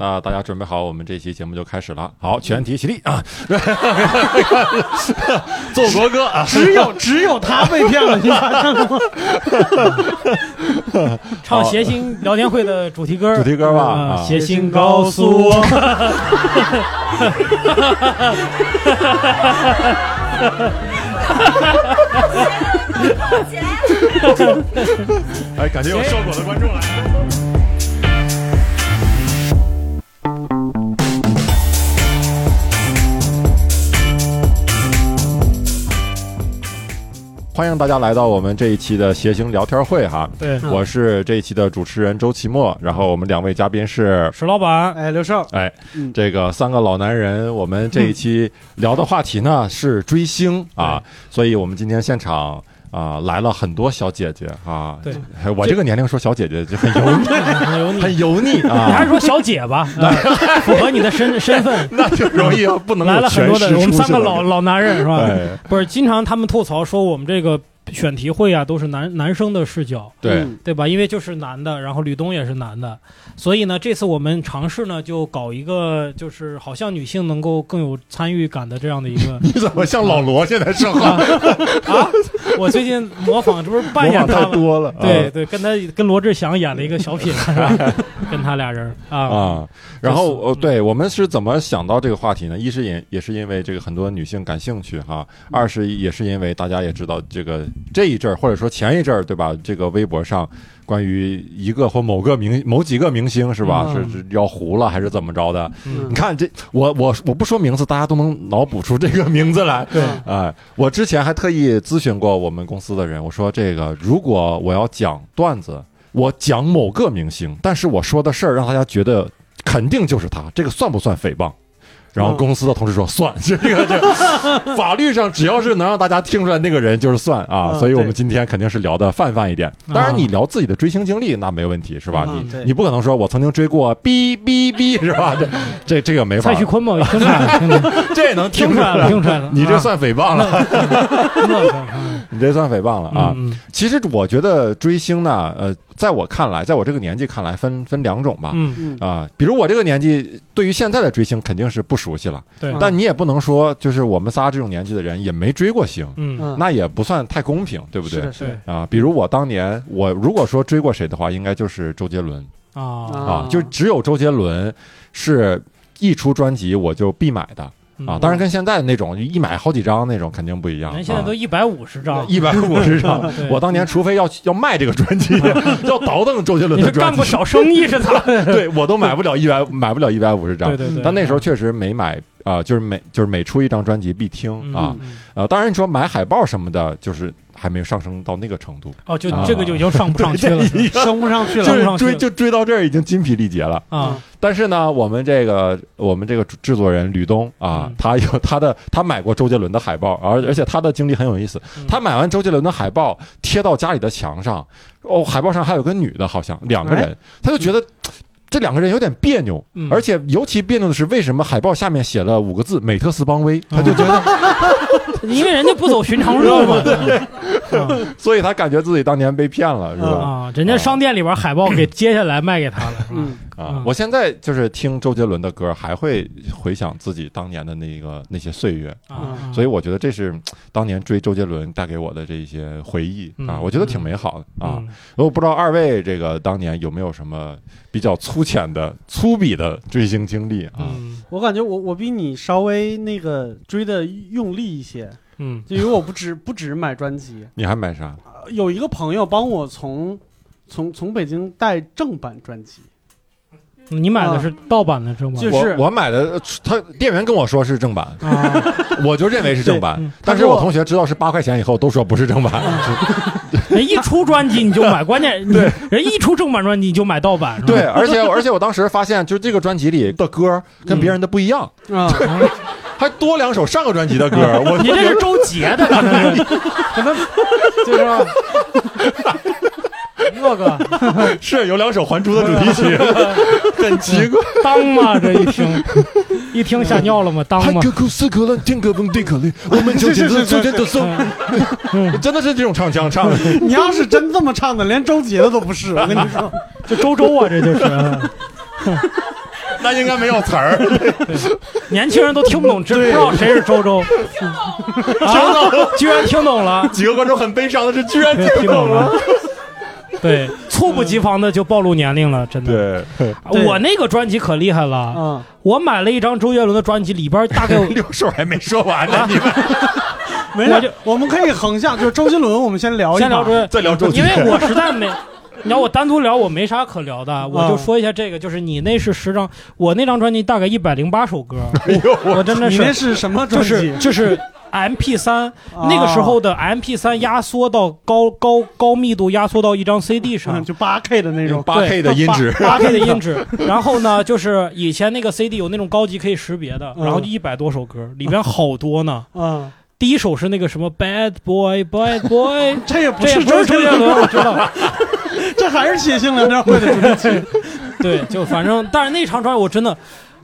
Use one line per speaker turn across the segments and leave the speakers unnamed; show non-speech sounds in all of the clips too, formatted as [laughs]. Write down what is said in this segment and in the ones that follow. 那大家准备好，我们这期节目就开始了。
嗯
好，全体起立啊！ [laughs]
奏国歌啊！
只有只有他被骗了，你发现了吗？
好
唱谐
[laughs]
星聊天会的主题歌，
主题歌吧
啊
啊
谐星告诉
[laughs]
我，
哎，感觉有效果的观众来
[laughs]
了。欢迎大家来到我们这一期的谐星聊天会哈，
对
嗯
我是这一期的主持人周奇墨，然后我们两位嘉宾是
石老板，
哎，刘少，
哎
嗯，
这个三个老男人，我们这一期聊的话题
嗯
呢是追星啊，所以我们今天现场啊来了很多小姐姐啊，
对
哎，我这个年龄说小姐姐就很油腻，
很油腻。
很油腻
你还
啊
是，说小姐
[laughs]
吧，啊符合你的身身份。
那就容易不能
来
有
了很
全
多的
师，
我们
出
三
去
个
了
老老男人是吧？
哎，
不是，经常他们吐槽说我们这个选题会啊，都是男男生的视角，
对。
嗯
对吧？因为就是男的，然后吕东也是男的，所以呢，这次我们尝试呢，就搞一个就是好像女性能够更有参与感的这样的一个
[laughs] 你怎么像老罗现在说话
啊啊！我最近模仿，这不是扮
模
演
仿
他
太
吗？
多了，啊
对对，跟他跟罗志祥演了一个
[laughs]
小品，是吧跟他俩人
啊
啊，
啊，然后
就是
呃，
嗯
对我们是怎么想到这个话题呢？一是也也是因为这个很多女性感兴趣哈，二是也是因为大家也知道这个这一阵儿或者说前一阵儿对吧？这个微博上关于一个或某个明某几个明星是吧，
嗯
是是要糊了还是怎么着的？
嗯
你看这我我我不说名字，大家都能脑补出这个名字来。
[laughs] 对
哎，我之前还特意咨询过我们公司的人，我说这个如果我要讲段子，我讲某个明星，但是我说的事儿让大家觉得肯定就是他，这个算不算诽谤？然
哦
后
嗯
公司的同事说算， [laughs] 这个这个法律上只要是能让大家听出来那个人就是算啊，
嗯
所以我们
对
今天肯定是聊的泛泛一点。当然，
嗯
你聊自己的追星经历那没问题是吧？
嗯
你
对
你不可能说我曾经追过 B B B 是吧？这这这个没法
蔡徐，坤嘛，听出来了，听出来了
[laughs] 这也能听
听
出
出来
来
了，听出来了。
你这算诽谤了，
啊那 [laughs] 我看看
你这算诽谤了啊！
嗯
其实我觉得追星呢，呃，在我看来，在我这个年纪看来，分分两种吧。
嗯，嗯
嗯，
啊，比如我这个年纪，对于现在的追星肯定是不熟悉了，
对，
但你也不能说就是我们仨这种年纪的人也没追过星，
嗯，
嗯
那也不算太公平，对不
是
对
的，？是的
啊，比如我当年，我如果说追过谁的话，应该就是周杰伦
啊
啊，就只有周杰伦是一出专辑我就必买的啊，当然跟现在那种一买好几张那种肯定不一样。
嗯人现在
啊
都一百五十
[laughs]
张，
一百五十张
[laughs] 对，
[laughs] 我当年除非要要卖这个专
[laughs]
辑，要倒腾周杰伦
你
的
是干
专
过
辑，
小生意是咋？
[laughs] 对我都买不了一百，买不了一百五十张
对。对对，
但那时候确实没买啊、就是每就是每出一张专辑必听
嗯
啊，
嗯
呃，当然你说买海报什么的，就是还没有上升到那个程度，
哦，就
啊
这个就已经上不上
[laughs]
去了是吧
升不上
就
去了
上不
是
上去
追
了
就追到这儿已经筋疲力竭了。
啊，
但是呢，我们这个我们这个制作人吕东啊，
嗯
他有他的他买过周杰伦的海报，而而且他的经历很有意思。
嗯
他买完周杰伦的海报贴到家里的墙上，哦，海报上还有个女的，好像两个人，他就觉得。这两个人有点别扭，
哎嗯
而且尤其别扭的是，为什么海报下面写了五个字“美特斯邦威”，他就觉得，
[laughs] 因为人家不走嗯 [laughs] 寻常路
[laughs]
嘛，嗯
所以他感觉自己当年被骗了，是吧？
啊， [laughs] 人家商店里边海报给接下来卖给他了，是吧
嗯，
啊
嗯！
我现在就是听周杰伦的歌，还会回想自己当年的那个那些岁月，嗯
啊，
所以我觉得这是嗯当年追周杰伦带给我的这一些回忆
嗯
啊，我觉得挺美好的啊。
嗯，
我不知道二位这个当年有没有什么比较粗浅的、粗鄙的追星经历啊？
嗯
我感觉我我比你稍微那个追的用力一些，
嗯
就因为我不只不只买专辑，
你还买啥？
呃有一个朋友帮我从从从北京带正版专辑，
嗯，你买的是盗版的正版，
就。是
我我买的，呃他店员跟我说是正版
啊，
我就认为是正版
对嗯。啊
但是
他说
我同学知道是八块钱以后，都说不是正版。
人一出专辑你就
[laughs]
买，关键你人一出正版专辑你就买盗 [laughs] 版，是吧
对，，而且而且我当时发现，就这个专辑里的歌跟别人的不一样，
啊，
[laughs] 还多两首上个专辑的歌。
[laughs]
我
你这是周杰
[laughs]
的，可能是
可能就是说那个
[laughs] 是有两首《还珠》的主题
[laughs]
曲，很奇怪。
当嘛，这一听，一听吓尿了吗？当
还 [laughs]
嘛， [laughs]
可苦思可乐，天可崩地可裂，我们就简直就简直送，真的是这种唱腔唱的。
[laughs] 你要是真这么
[laughs]
唱的，连周杰的都不是。我跟你说，
这周周啊，这就是。
那应该没有词儿，
年轻人都听不懂，知不知道谁是
[laughs]
周周？啊，居然听懂了，
几个观众很悲伤的是，居然
听懂了。 [laughs] 对，猝不及防的就暴露年龄了，真的。啊
对，
对
我那个专辑可厉害了，
嗯，
我买了一张周杰伦的专辑，里边大概
[laughs]
有啊
六兽还没说完呢，你们
[laughs] 没
我
事
就，
我们可以横向，就是周杰伦，我们先聊一
先
把
聊周杰，
再聊周杰
因为
[laughs]
我实在没，你要我单独聊，我没啥可聊的，我
啊
就说一下这个，就是你那是十张，我那张专辑大概一百零
[laughs]
八首歌，我真的
哎你那
是
是什么专
就
辑？
是就是。M P 三
啊
那个时候的 M P 三压缩到高高高密度压缩到一张 C D 上
嗯，， [laughs] 就八 K 的那种，
八 K 的音质，
八 K 的
[laughs]
[laughs]
音质。然后呢，就是以前那个 CD 有那种高级可以识别的，
嗯
然后就一百多首歌，里边好多呢。
嗯，
啊第一首是那个什么 Bad Boy Bad Boy，
[laughs] 这也不
这也
是
不
周
是
杰
周杰
伦，
伦，我知道。
[laughs] 这还是写信梁朝会的主题曲。
[laughs] 对，就反正，但是那场专辑我真的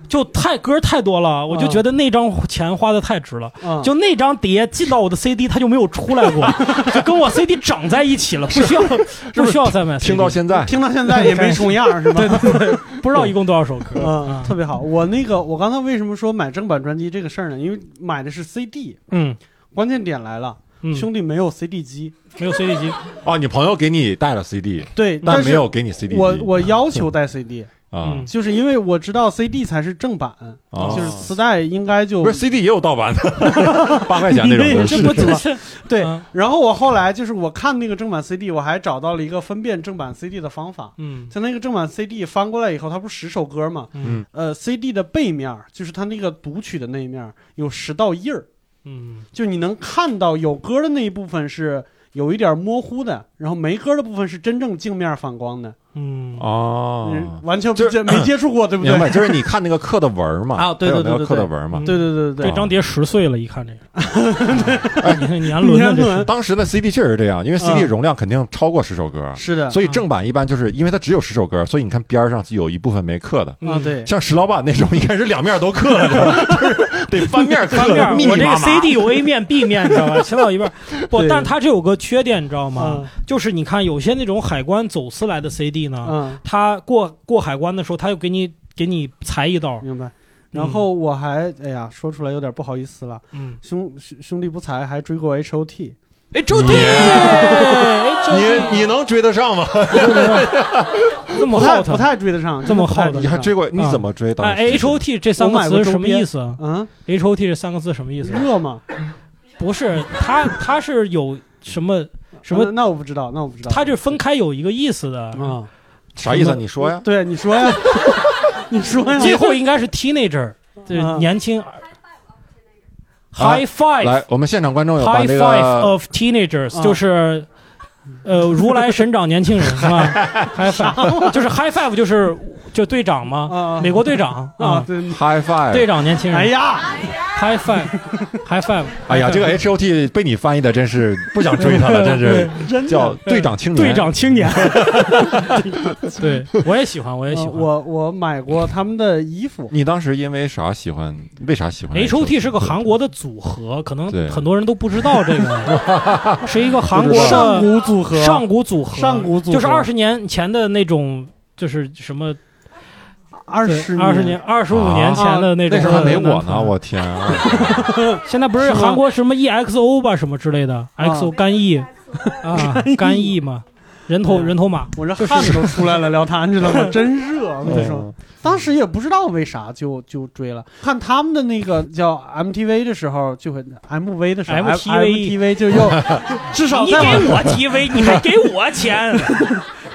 就太歌太多了，我就
嗯
觉得那张钱花的太值了。
嗯
就那张碟进到我的 CD，它就没有出来
[laughs]
过，就跟我 CD 长在一起了，不需要
是
不需要再买 CD。
听到现在，
听到现在也没重
[laughs]
样，是吧？
对对对，不知道一共多少首歌。
嗯，特别好。我那个，我刚才为什么说买正版专辑这个事儿呢？因为买的是 CD，
嗯
关键点来了，
嗯，
兄弟没有 CD 机。
没有 CD 机。
[laughs] 哦，你朋友给你带了 CD，
对，
但
但
没
是
有给你 CD 机。嗯
我我要求带 CD，
啊
嗯，
就是因为我知道 CD 才是正版，
哦
就是磁带应该就
不是 CD 也有盗版的， [laughs] 八块钱那种
你
都
那
是
这不
是
这
吧
是
对
嗯。
然后我后来就是我看那个正版 CD，我还找到了一个分辨正版 CD 的方法。
嗯
就那个正版 CD 翻过来以后，它不是十首歌吗？
嗯
呃，CD 的背面儿就是它那个读取的那一面儿有十道印儿，
嗯
就你能看到有歌的那一部分是有一点模糊的，然后没歌的部分是真正镜面反光的，
嗯
哦，
嗯，完全
就
不接没接触过，对不对
明？白，就是你看那个刻的文儿嘛，
[laughs] 啊对
它有
对
那
对嗯
个
对
刻的
对
文儿嘛。
对对对对
这
对，
张碟十岁了，一看这个，
[laughs]
[laughs] 你
[laughs]
看年轮
年轮
的
当时的 CD 确实是这样，因为 CD
嗯
容量肯定超过十首歌，
是的，
嗯
所以正版一般就是因为它只有十首歌，所以你看边儿上有一部分没刻的。
以
啊对，
像石老板那种， [laughs] 一开始两面都刻啊了，
[laughs]
就是得翻面刻
翻面
的，
[laughs]
儿，
[laughs] 密
我
密
这
麻
个
麻。
CD 有 A 面、B 面，你知道吧？先
[laughs]
到一半儿，不，
对
但是它这有个缺点，你知道吗？
嗯
就是你看有些那种海关走私来的 CD 呢，
嗯，
它过过海关的时候，它又给你给你裁一刀，
[laughs] 明白。然后我还哎呀，说出来有点不好意思了，
嗯，
兄兄兄弟不才还追过 H O T，
哎，周弟，哎，周
你你能追得上吗？
[laughs] 这么
不太
好
不
他，
太追得上，
这么
真的不太
好的
你还追过？你怎
[laughs]
么追？ [laughs] 当时
哎，H O T 这三
我
个
买过
词
周
什么
边
意思啊
嗯
？H O T 这三个字什么意思？
热吗？
不是，它它是有什么什么
啊那那我不知道，那我不知道，
它这分开有一个意思的，
啊，
啥意思？你说呀？
对，你说
[laughs]
呀，你说呀，
最后应该是 teenager，对，
啊
年轻。High five,
来，我们现场观众有把
high
这
five
个
of teenagers，
啊
就是，呃，如来神掌年轻人
[laughs]
是吧？High five 就是 high five 就是就队长嘛，
啊，
美国队长
啊，
啊，
对，
high five。
队长年轻
哎
人
呀，
，high five，high five，
哎呀，这个 H O T 被你翻译的真是不想追他了，
[laughs]
真是
真的
叫队长青年。
队长青年，对我也喜欢，我也喜
呃
欢。
我我买过他们的衣服，
[laughs] 你当时因为啥喜欢？为啥喜欢
H O T 是个韩国的组合，可能
对
很多人都不知
[laughs]
道这个，是一个韩
不
国
知道
上
的
古组合，
上古组合，
上古组合
就是二十年前的那种，就是什么
二十
二十年、二十五年前的那种。
啊那时候还没我
男
呢，
团
我天啊！
[laughs] 现在不
是
是
吗
韩国什么 E X O 吧，什么之类的，X O
[laughs]
干 E 啊，干 E 嘛，人头
对
人头马。
我这汗都出来了，聊他，你
[laughs]
知道吗？真热，我跟你说
嗯，
当时也不知道为啥就就追了。看他们的那个叫 MTV 的时候，就会 MV 的时候
MTV
MTV 就
[laughs]
又至少
你
再往
给我
[laughs]
T V，你还给我钱，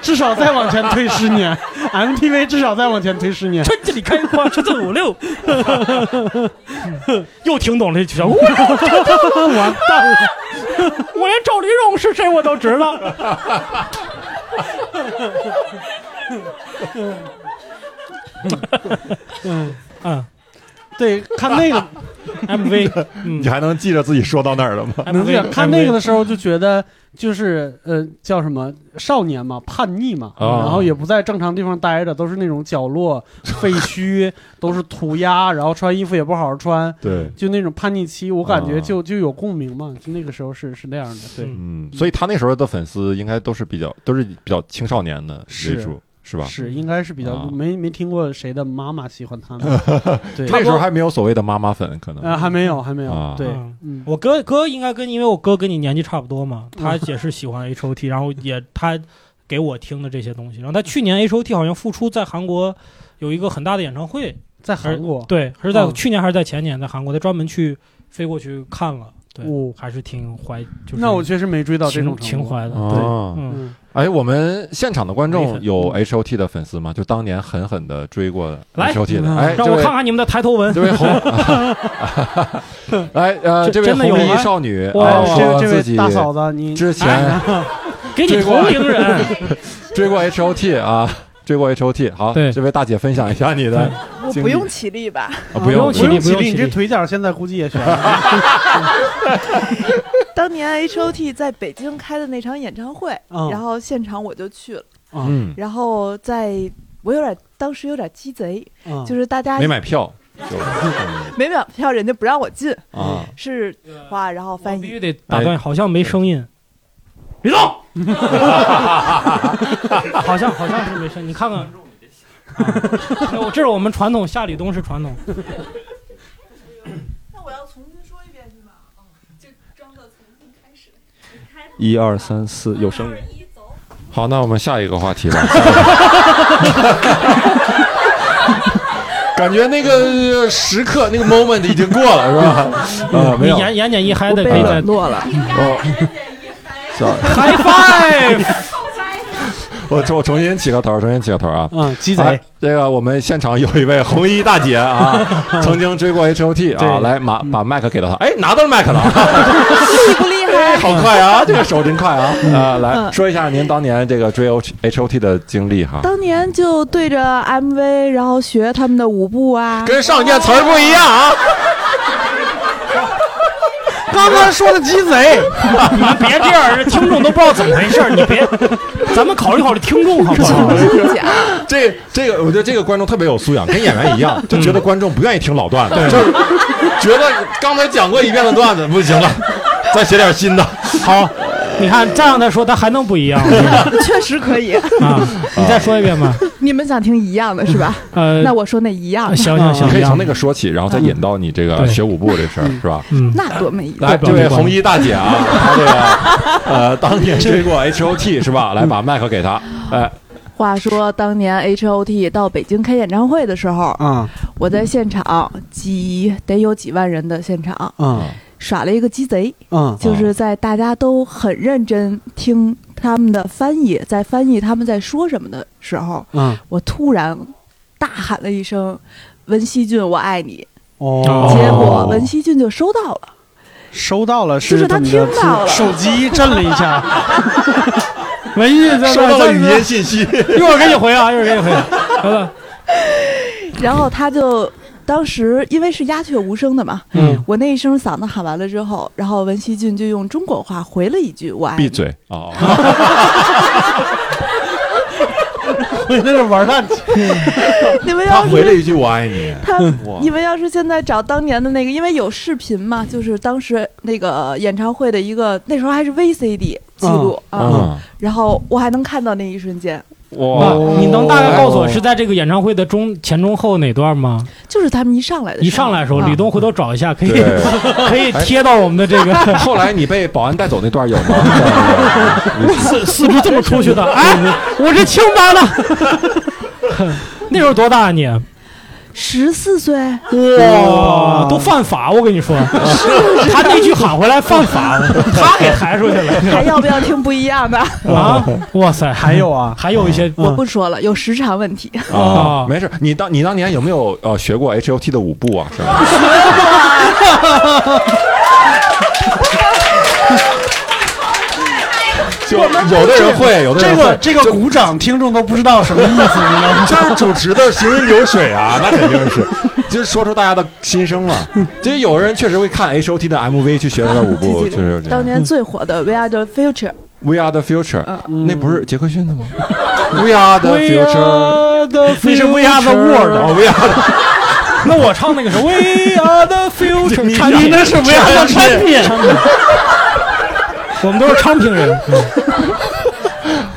至少再往前推十年，MTV 至少再往前推十年。
春这里开花，春四
[laughs]
五六，又听懂了，就我
完蛋了，
我连赵丽蓉是谁我都知道。
嗯，
嗯
对，看那
[laughs]
个
，MV，嗯
你还能记着自己说到那儿了吗？
能这样
，MV，
看那个的时候就觉得就是呃叫什么少年嘛，叛逆嘛，
啊
然后也不在正常地方待着，都是那种角落废墟，都是涂鸦，然后穿衣服也不好好穿，
对，
就那种叛逆期，我感觉
啊
就就有共鸣嘛，就那个时候是是那样的，对，
嗯
嗯，所以他那时候的粉丝应该都是比较都是比较青少年的为
是
主。是吧？
是
[laughs]
应该是比较、
啊
没没听过谁的妈妈喜欢
[laughs]
他们，对，
那时候还没有所谓的妈妈粉，可能
呃还没有还没有，
啊
对，
嗯
嗯，
我哥哥应该跟，因为我哥跟你年纪差不多嘛，他也是喜欢 H O T，然后也他给我听的这些东西。然后他去年 H O T 好像复出在韩国有一个很大的演唱会，
在韩国，
对，还是在
嗯
去年还是在前年，在韩国，他专门去飞过去看了，对，
哦
还是挺怀，就是
那我确实没追到这
情
种程
情
度。
怀的，对，
啊。
嗯，
嗯，
哎，我们现场的观
没
众
粉
有 H O T 的粉丝吗？就当年狠狠的追过
来
H O T 的，
嗯
哎，
让
这
我
位
看看你们的抬头纹
这，位
[laughs]
红，来，呃，
这
这位
真的有
红衣
吗
少女，
哇
哎
哎
说
这这
自
位
己
大嫂子，你
之前
哎给你
追过
同龄人，
[laughs] 追过 H O T 啊，追过 H O T。好，
对
这位大姐分享一下你的
我
经
不
历
用起立吧？
啊，
不
不用
用起
不
立
用
不用
立，
起
你这
立
腿脚现在估计也悬了。
当年 H O T 在北京开的那场演唱会，
嗯
然后现场我就去了，
哦嗯，
然后在我有点当时有点鸡贼，
嗯
就是大家
哦没买票就嗯
没买票，人家不让我进，
啊，
是花，然后翻
必
译
须得打断，好像没声音。别动， [laughs] 好像好像是没声，你看看。啊那我 [laughs] 这是我们传统，夏吕东是传统。
那我要重新说一遍是吗？哦，就装作从新开始。
一二三四，有声音。
好，那我们下一个话题吧。感觉那个时刻，那个 moment 已经过 [laughs] 了，是吧？啊，没
你
有，
嗯言言简意赅的
我
可
被
以
冷
再哦
落了，
我 sorry，
high five。
[laughs] 我重我重新起个头，重新起个头啊。
嗯，鸡
哎
贼，
这个我们现场有一位红衣大姐 [laughs] 啊，曾经追过 H O T 啊，
对
来把把麦克给到她，哎，拿到麦克了，啊
厉不厉害？
[laughs] 好快啊，这个手真快 [laughs] 啊！啊，来说一下您当年这个追 H O T 的经历哈，
当年就对着 MV，然后学他们的舞步啊，
跟上一件词儿不一样
[laughs]
啊。
刚刚说的鸡贼，
你们别这样，听众都不知道怎么回事儿。你别，咱们考虑考虑听众好不好？
真假？
[laughs] 这这个，我觉得这个观众特别有素养，跟演员一样，就觉得观众不愿意听老段子，就是觉得刚才讲过一遍的段子不行了，再写点新的。好，
你看再让他说，他还能不一样吗
[laughs] 确实可以。
啊？你再说一遍吧。
[laughs] 你们想听一样的是吧？
呃，
那我说那一样的，
行行
你
行，
可以从
行嗯
那个说起，然后再引到你这个
对
学舞步这事儿，是吧？
嗯，
那多没意思。
来，这位红衣大姐
[laughs]
啊，她这个呃，当年追过 H O T 是吧？来，把麦克给她，哎，
话说当年 H O T 到北京开演唱会的时候，
啊
我在现场几得有几万人的现场
啊
耍了一个鸡贼，
啊
就是在大家都很认真听他们的翻译，在翻译他们在说什么的时候，
啊！
我突然大喊了一声。文熙俊，我爱你。
哦，
结果文熙俊就收到了，
收到了，
就是他
怎么
听
着
到了
手机震了一
[laughs]
下。文艺在
收到了语音信息，
一会儿给你回啊，一会儿给你回。好了，
然后他就当时因为是鸦雀无声的嘛，
嗯，
我那一声嗓子喊完了之后，然后文熙俊就用中国话回了一句“我爱
闭
你
嘴哦，
回那是玩蛋去。”。
[laughs] 你们
他
要
回
是
了一句我爱你，
他，
哇
你们要是现在找当年的那个，因为有视频嘛，就是当时那个演唱会的一个，那时候还是 VCD 记录啊，
嗯，
然后我还能看到那一瞬间，
哇
哇，，
哦
你能大概告诉我是在这个演唱会的中前中后哪段吗？
就是他们一上来的
一上来的时候，
啊
吕东回头找一下，可以
对
[laughs] 可以贴到我们的这个
[laughs] 后来你被保安带走那段有吗？
[laughs] 四四肢这么出去的。哎，我是清白的。 [laughs] 那时候多大啊你？
十四岁，
哇，都犯法！我跟你说，他那句喊回来犯法， [laughs] 他给抬出去了
[laughs] 还要不要听不一样
[laughs]
的？
啊！哇塞，
还有啊，
还有一些
我不说了，有时长问题。
啊，没事，你当你当年有没有呃学过 H O T 的舞步啊？是吧？ [laughs] 就有的人会，有的
这
人
个
会
这个鼓掌，听众都不知道什么意思，你知道吗？
就是主持的行云流水啊，那肯定是，就是说出大家的心声了。就是有人确实会看 H O T 的 M V 去学他的舞步，确实有
[laughs]
这
当
样。
年最火的《We Are the Future》，
We are the future，
嗯
那不是杰克逊
[laughs]
的吗？We are the future，
那 [laughs]
那
是
是
We
We
Are
Are
the
the
World
World。
哦，We are，
[laughs] 那我唱那个是 We Are the Future，
你
产品
你那是 We Are the
产品，
[laughs]
产嗯品我们都是昌平人，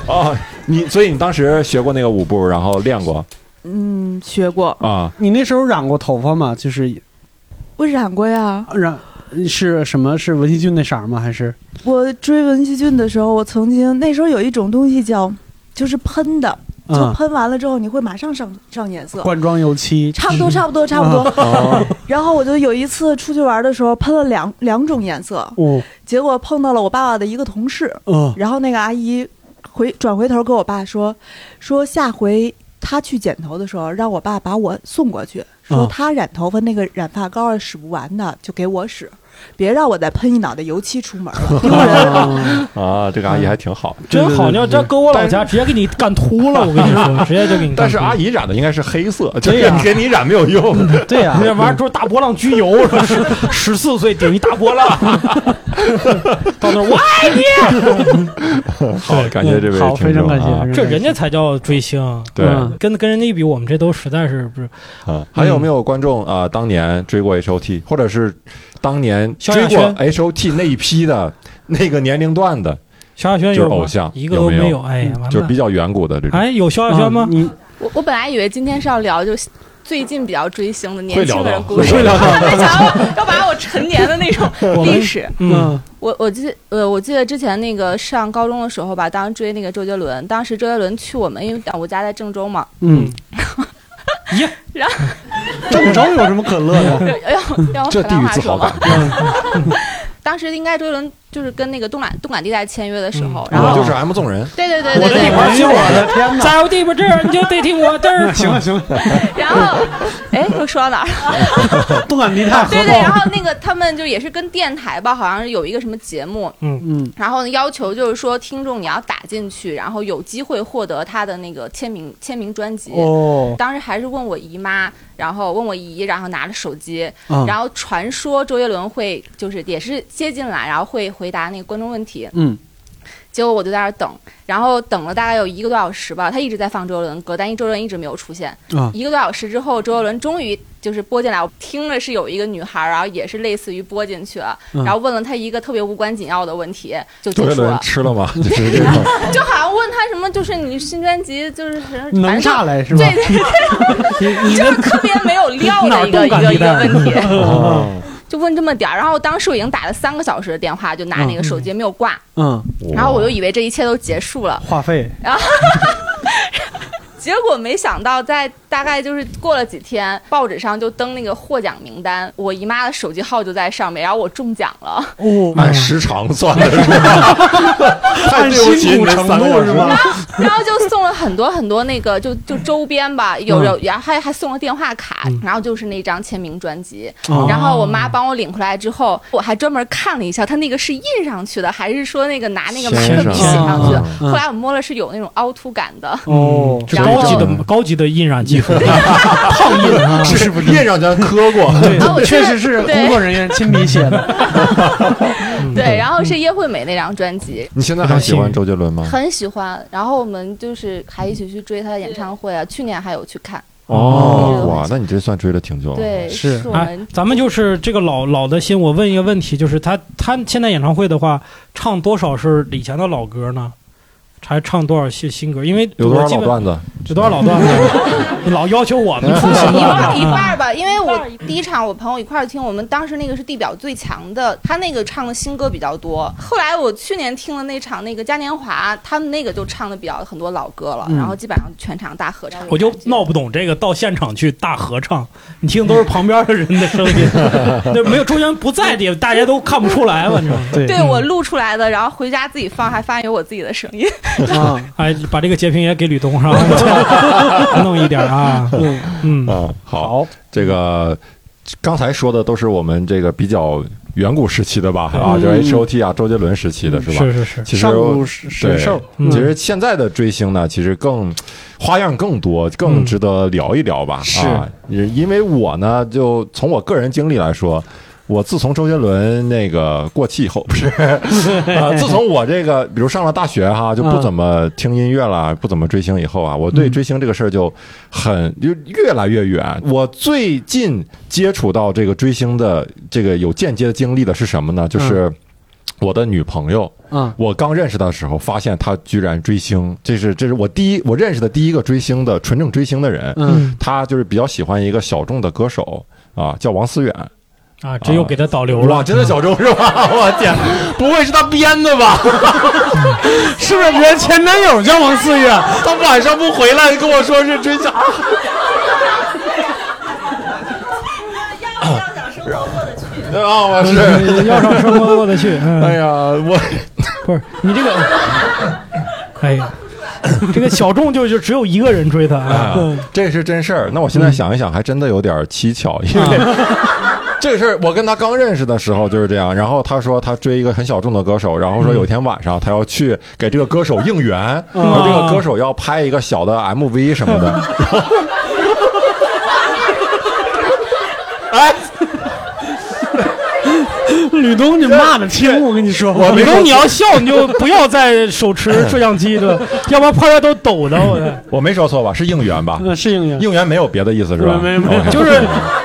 哦，你所以你当时学过那个舞步，然后练过
嗯，学过，
啊？
你那时候染过头发吗？就是
我染过呀。
染是什么？是文熙俊那色儿吗？还是
我追文熙俊的时候，我曾经那时候有一种东西叫，就是喷的，就
嗯，
喷完了之后你会马上上上颜色。
罐装油漆？
差不
[laughs]
多，差不多，差不
啊
多。
哦，
[laughs] 然后我就有一次出去玩的时候，喷了两两种颜色，
哦，
结果碰到了我爸爸的一个同事，
嗯，
然后那个阿姨回转回头跟我爸说，说下回她去剪头的时候，让我爸把我送过去，说
啊
她染头发那个染发膏啊使不完的，就给我使，别让我再喷一脑袋油漆出门了， [laughs] 丢人。
啊
[laughs] 啊，这个阿姨还挺好。
真好，你要这搁我老家，直接给你干秃了。我跟你
[laughs]
说，直接就给你干秃了。
但是阿姨染的应该是黑色， [laughs] 这
对呀
个给你染没有用。
对呀，
那玩意儿就是大波浪焗油，十十四岁顶一大波浪， [laughs] 到那儿我
哎
爱
[laughs]
你。
好，感谢这位
[laughs] 好，非
听众
常感谢，
啊
非常
这
感
人
谢
家才叫追星，
对
嗯
跟跟人家一比，我们这都实在是不是
啊，还有没有观众啊、当年追过 H O T，或者是当年
嗯萧
追
亚
过
轩
H O T 那一批的那个年龄段的，
[laughs] 萧亚轩
就是
有吗
偶像
一个都
有没有嗯
有，哎呀，完
就是
了
比，较远古的这种，
哎，有萧
啊
亚轩吗
嗯？你
我我本来以为今天是要聊就最近比较追星的年轻
会聊
人
到
故事， [laughs]
会聊
没想到要把我陈年的那种
我
历
们
史。
嗯，
我我记呃，我记得之前那个上高中的时候吧，当时追那个周杰伦，当时周杰伦去我们，因为我家在郑州嘛，
嗯，
[laughs] 耶，
然
后郑州嗯有什么可乐的？
[laughs]
要要用
这
河
地
南
域
话
自豪
说嘛
感。，
[laughs] 当时应该周杰伦就是跟那个动感动感地带签约的时候，
嗯
然后
我
哦
就是 M 纵人，
对对对
我
对
的地
对，
盘儿
哎呦我的天哪！
在我地方这儿你就得听我这
[laughs]
儿。
行了行了，
然后哎，又说到哪儿了？
[laughs]
动感地带合
对对，然
爆，
后那个他们就也是跟电台吧，好像是有一个什么节目，
嗯
然后呢要求就是说听众你要打进去，然后有机会获得他的那个签名签名专辑。
哦
当时还是问我姨妈，然后问我姨，然后拿着手机，
啊
然后传说周杰伦会就是也是接进来，然后会回答那个观众问题。
嗯
结果我就在那儿等，然后等了大概有一个多小时吧，他一直在放周杰伦歌，但一周杰伦一直没有出现。
啊
一个多小时之后，周杰伦终于就是播进来，我听着是有一个女孩，然后也是类似于播进去了，
嗯
然后问了他一个特别无关紧要的问题，就结
周杰
束
伦
了，
吃了
[laughs]
吗？就是这种，
就好像问他什么，就是你新专辑就是反正
能下来是吧？ [laughs]
就是特别没有料的一个
[laughs] 哪儿动
一
感
个
地
一个
带
问题，
哦
就问这么点儿。然后当时我已经打了三个小时的电话，就拿那个手机没有挂，
[laughs] 嗯，
然后我就以为这一切都结束了，
话费
结果没想到在大概就是过了几天，报纸上就登那个获奖名单，我姨妈的手机号就在上面，然后我中奖了。
哦
按哎时长算的是吧？太
按
对不
辛
起你
苦
的
程
三个
度
小
是
时
吧？？
然后就送了很多很多那个就就周边吧，有有，然后还还送了电话卡
嗯，
然后就是那张签名专辑。
哦
然后我妈帮我领回来之后，我还专门看了一下，她那个是印上去的，还是说那个拿那个马
签
克笔
上
写上去的？
嗯
后来我摸了是有那种凹凸感的，
哦
这
然后
高级的高级的印染
[laughs]
技术，烫印啊，
是不是印上咱磕过？
对
啊
[laughs]
然后我
确
确
实
实
是
对
工作人员亲笔写的。
对，然后是叶惠美那张专辑。
你现在还喜欢周杰伦吗？
很喜欢，然后我们就是还一起去追她的演唱会啊，
嗯
去年还有去看，
哦，哇，那你这算追的挺久了。
对，
是
我
哎
们，
咱们就是这个老老的心。我问一个问题，就是他他现在演唱会的话，唱多少是以前的老歌呢？还唱多少新新歌？因为
有多
我基
少老段
本
子？
有多少老
[laughs]
段子？你老要求我们出新
一半
段
儿
子
一半儿
啊，
吧，因为我第一场我朋友一块儿听，我们当时那个是地表最强的，他那个唱的新歌比较多。后来我去年听的那场那个嘉年华，他们那个就唱的比较很多老歌了，
嗯
然后基本上全场大合唱。
我就闹不懂这个到现场去大合唱，你听都是旁边的人
[laughs]
的声音，那没有中间不在的，也大家都看不出来吧？你知道吗？
对
对我录出来的，然后回家自己放，还发现有我自己的
[laughs]
声音。
[laughs]
啊，
哎，把这个截屏也给吕东上， [laughs] 弄一点啊。
嗯
嗯，
嗯，好。
好，
这个刚才说的都是我们这个比较远古时期的吧，啊，
嗯
就是 H O T 啊，周杰伦时期的是吧？
是是是，
其实
上古神兽，
嗯
其实现在的追星呢，其实更花样更多，更值得聊一聊吧。
是
啊，因为我呢，就从我个人经历来说。我自从周杰伦那个过气以后，不是，啊，自从我这个比如上了大学哈，就不
嗯
怎么听音乐了，不怎么追星以后啊，我
嗯
对追星这个事儿就很就越来越远。我最
嗯
近接触到这个追星的这个有间接的经历的是什么呢？就是我的女朋友，
啊
我刚认识她的时候，发现她居然追星，这是这是我第一我认识的第一个追星的纯正追星的人，
嗯，
她就是比较喜欢一个小众的歌手啊，叫王思远。
啊，这又给
[laughs]
他导流了，
哇，真的小众是
[laughs]
吧？ [laughs] 我天，
不会是他编的吧？ [laughs] 是不是原前男友叫王思月？
[laughs] 他晚上不回来跟我说是追星，
要想生活过得去，
对啊，我是。
嗯要让生活过得去。嗯，
哎呀，我
不是你
嗯
这个，哎呀， [laughs] 这个小众就就只有一个人追他啊。嗯
这是真事儿。那我现在想一想，还真的有点蹊跷，因
啊
为 [laughs] 这个事儿我跟他刚认识的时候就是这样。然后他说他追一个很小众的歌手，然后说有一天晚上他要去给这个歌手应援，
啊
然后这个歌手要拍一个小的 MV 什么的。然后哎，
[laughs]
吕东，你骂的轻，我跟你说，
我没说
李
哎
东，你要笑你就不要再手持 [laughs] 摄像机了，要不然拍的都抖的。我的
[laughs]
呃
我没说错吧？是应援吧？
嗯，是应应，
应援没有别的意思是吧？
没没没
OK
[laughs] 就是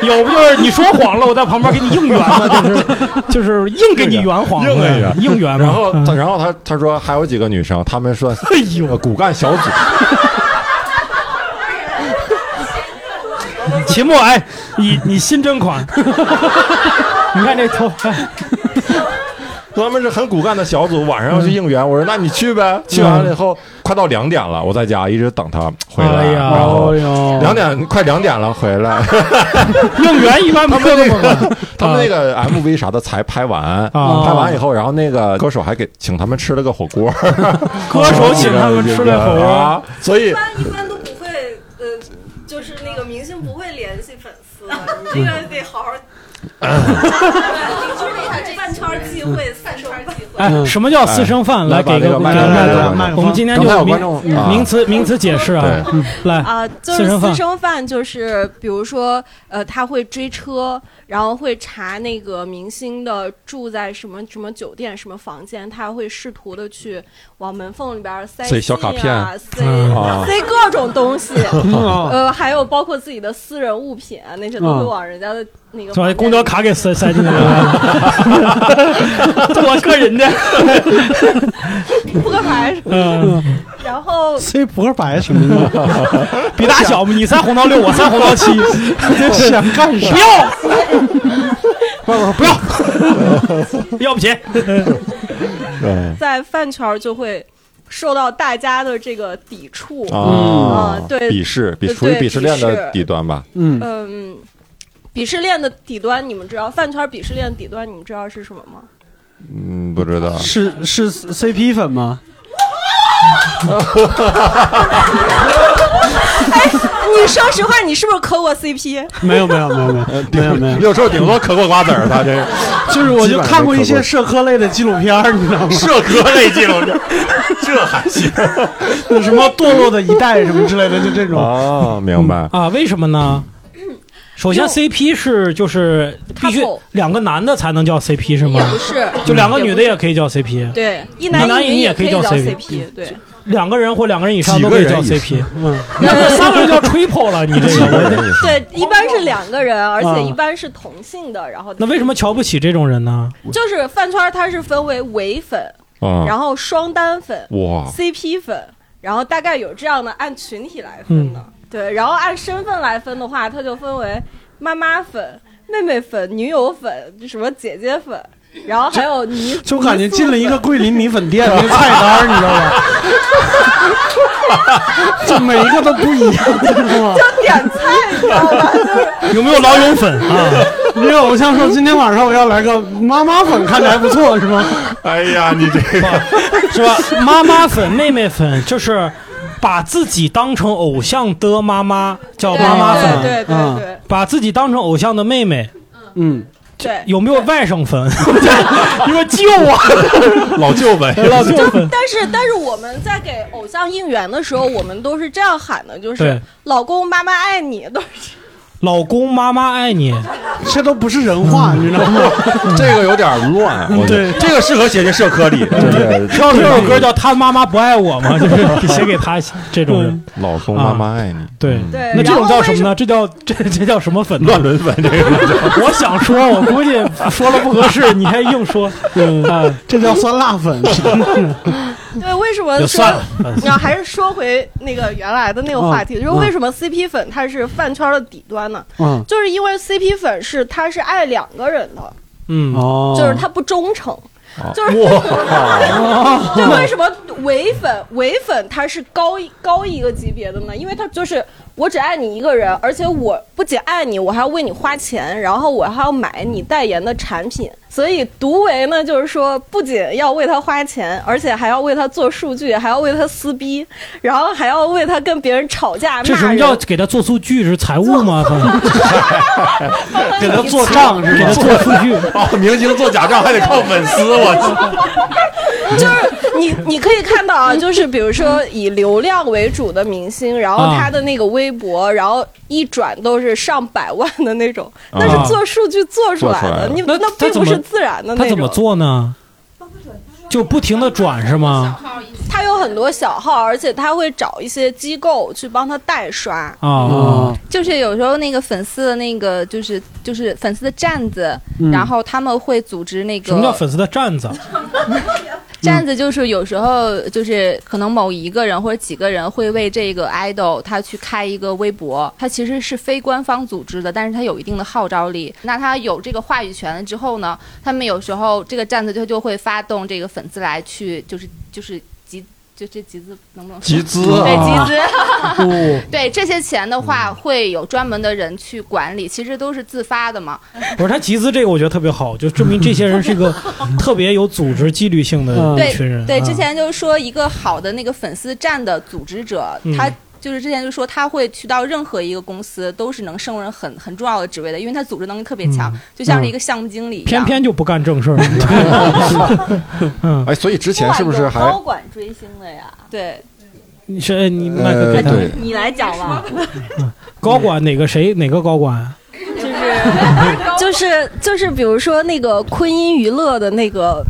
有不就是你说谎了，我在旁边给你应援 [laughs] 嘛，就是就是硬给你圆谎，
应了一 [laughs] 下
应援嘛。
然后
嗯
他，然后他他说还有几个女生，他们说，哎 [laughs] 呦，骨干小组，
[laughs] 秦墨，哎，你你新征款， [laughs] 你看这头，哎
[laughs] 他们是很骨干的小组，晚上要去应援。我说那你去呗，去完了以后，快到两点了，我在家一直等他回来，
嗯哎呀
然后
哦哟，
两点快两点了回来，
应援一般不
他们那
这么
个
吗？
[laughs] 他们那个 MV 啥的才拍完。
啊，
拍完以后，然后那个歌手还给请他们吃了个火锅，
[laughs] 歌手请他们吃了火锅，
啊， [laughs] 所以
一般一般都不会，呃，就是那个明星不会联系粉丝的，你这个得好
[laughs]
好。就是这饭圈忌讳，散圈忌讳。
哎，什
啊
么叫私生饭？来给
把这
个
个麦
给
克风
麦
麦
克
克
麦克
风
我们今天
刚才
就
有
名嗯
观众啊
名词名词解释啊，
对
嗯来，
啊、就
私
是
生饭
私生饭，就是比如说，呃，他会追车，然后会查那个明星的住在什么什么酒店、什么房间，他会试图的去往门缝里边塞、啊、
塞小卡片
塞、
嗯
[laughs]
啊
塞各种东
[laughs]
西，
嗯
呃，还有包括自己的私人物品啊，那些都会
嗯
往人家的那个、
把公交。卡给塞塞进去了， [laughs]
[laughs]
我个人的，
扑克牌什么的，
嗯，
然后
塞扑克牌什么的，
[laughs]
比大小嘛，你塞红到六，我塞红到七，
想干啥
不？要，不要，要不起，
嗯
在饭圈儿就会受到大家的这个抵触。
啊
嗯，对
鄙视，鄙
对
属于鄙
对
视链
鄙
的
视
底端吧？
嗯，
嗯，鄙视链的底端你们知道，饭圈鄙视链底端你们知道是什么吗？
嗯，不知道，
是是 CP
[laughs]
粉吗？
[laughs] 哎你说实话，你是不是磕过 CP？
[laughs] 没有没有没有没有没有没有，
有时候呃顶多嗑过瓜子儿，他这
[laughs] 就是我就看过一些社科类的纪录片儿，你知道吗？
社科类纪录片，
[laughs]
这还行
那什么堕落的一代什么之类的，就这种。
啊？明白。
啊？为什么呢？首先
就
，CP 是就是必须
Couple
两个男的才能叫 CP 是
也
吗
不？是，
就两个
也不
女的也可以叫 CP，
对，一
一男
男
一
女
女也可
可
以
以
叫 CP
CP。对，
两个人或两个人以上都可以叫
[laughs]
CP，
嗯，
那三个人叫 triple 了，你这个。
对，一般是两个人，而
啊
且一般是同性的。然后
嗯那为什么瞧不起这种人呢？
就是饭圈它是分为唯粉，
啊，
嗯
然后双单粉、
哇，
CP 粉，然后大概有这样的按群体来分的，对，然后按身份来分的话，它就分为妈妈粉、妹妹粉、女友粉、什么姐姐粉，然后还有泥，
就感觉进了一个桂林米粉店那个菜
菜
单，你知道
[laughs]
吧？就每一个都不一样，你知道吗？
点菜，你知道吧？就是
有没有老友
[laughs]
粉啊？
因为偶像说今天晚上我要来个妈妈粉，看着还不错，是吗？
哎呀，你 [laughs] 这个
是吧？妈妈粉、妹妹粉，就是把自己当成偶像的妈妈叫妈妈
对
粉，嗯
对对对对
把自己当成偶像的妹妹
嗯，
对。
有没有外甥粉？ [laughs] 你说救我！ [laughs]
老舅呗，
老舅 [laughs] 粉，
但是但是我们在给偶像应援的时候，我们都是这样喊的，就
对
是“老公妈妈爱你”，都是 [laughs]
老公妈妈爱你，
这都不是人话，你知道
[laughs]
吗？
这个有点
[laughs]
乱，我觉得
对，
这个适合写进社科里，对
知道这首歌叫《他妈妈不爱 [laughs] 我》
[laughs]
吗？啊就是写给他这种人。
老公妈妈爱你，
啊对
嗯
对，
那这种
然后
叫
为
什么呢？这叫这这叫什么粉呢？
乱伦粉这个
[laughs] 我想说，我估计说了不合
[laughs]
适，你还硬说。嗯，
这叫酸辣粉。
对，为什么
就
说
算了，
[laughs] 然后还是说回那个原来的那个话题，就是为什么 CP 粉它是饭圈的底端呢？
嗯，
就是因为 CP 粉是他是爱两个人的，
嗯，
哦，
就是他不忠诚
哦，
就是 [laughs]
[laughs]
就为什么伪粉伪粉他是高一高一个级别的呢？因为他就是我只爱你一个人，而且我不仅爱你，我还要为你花钱，然后我还要买你代言的产品。所以独唯呢，就是说不仅要为他花钱，而且还要为他做数据，还要为他撕逼，然后还要为他跟别人吵架
这什
骂
么
人。
叫给他做数据是财务吗？ [laughs]
给他做
[laughs]
账是
给他
吧？
做数据，
[laughs] 哦，明星做假账还得靠粉丝，我操！
[laughs] 你你可以看到啊，就是比如说以流量为主的明星，然后
啊
他的那个微博，然后一转都是上百万的那种，
啊
那是做数据做出来
做出来
的
的，
你
那
那
他
并
怎
不
么
是自然的那
他
种。
怎么？做呢？就不停的转是吗？
他有很多小号，而且他会找一些机构去帮他代刷。
啊，
就是有时候那个粉丝的那个就是就是粉丝的站子，
嗯
然后他们会组织那
什么叫
个
粉丝的站子？
站子，就是有时候就是可能某一个人或者几个人会为这个 idol 他去开一个微博，他其实是非官方组织的，但是他有一定的号召力。那他有这个话语权了之后呢，他们有时候这个站子就就会发动这个粉丝来去就是就是集就这集资能不能说
集资
对集
啊，
资。
[laughs]
哦，
对这些钱的话，会有专门的人去管理，其实都是自发的嘛。
不是他集资这个，我觉得特别好，就证明这些人是一
[laughs]
个特别有组织纪律性
嗯
的一群人。
对，
啊
之前就是说一个好的那个粉丝站的组织者，
嗯
他就是之前就说他会去到任何一个公司都是能胜任很很重要的职位的，因为他组织能力特别强，
嗯
就像是一个项目经理一
偏
样。
偏就不干正事儿。
[laughs]
嗯，
哎，所以之前是不是还
高管追星的呀？
对，
你是哎你麦克
呃
给他
对
你来
[laughs]
讲吧。
高管哪个谁哪个高管？
[laughs] 就是就是，比如说那个昆音娱乐的那个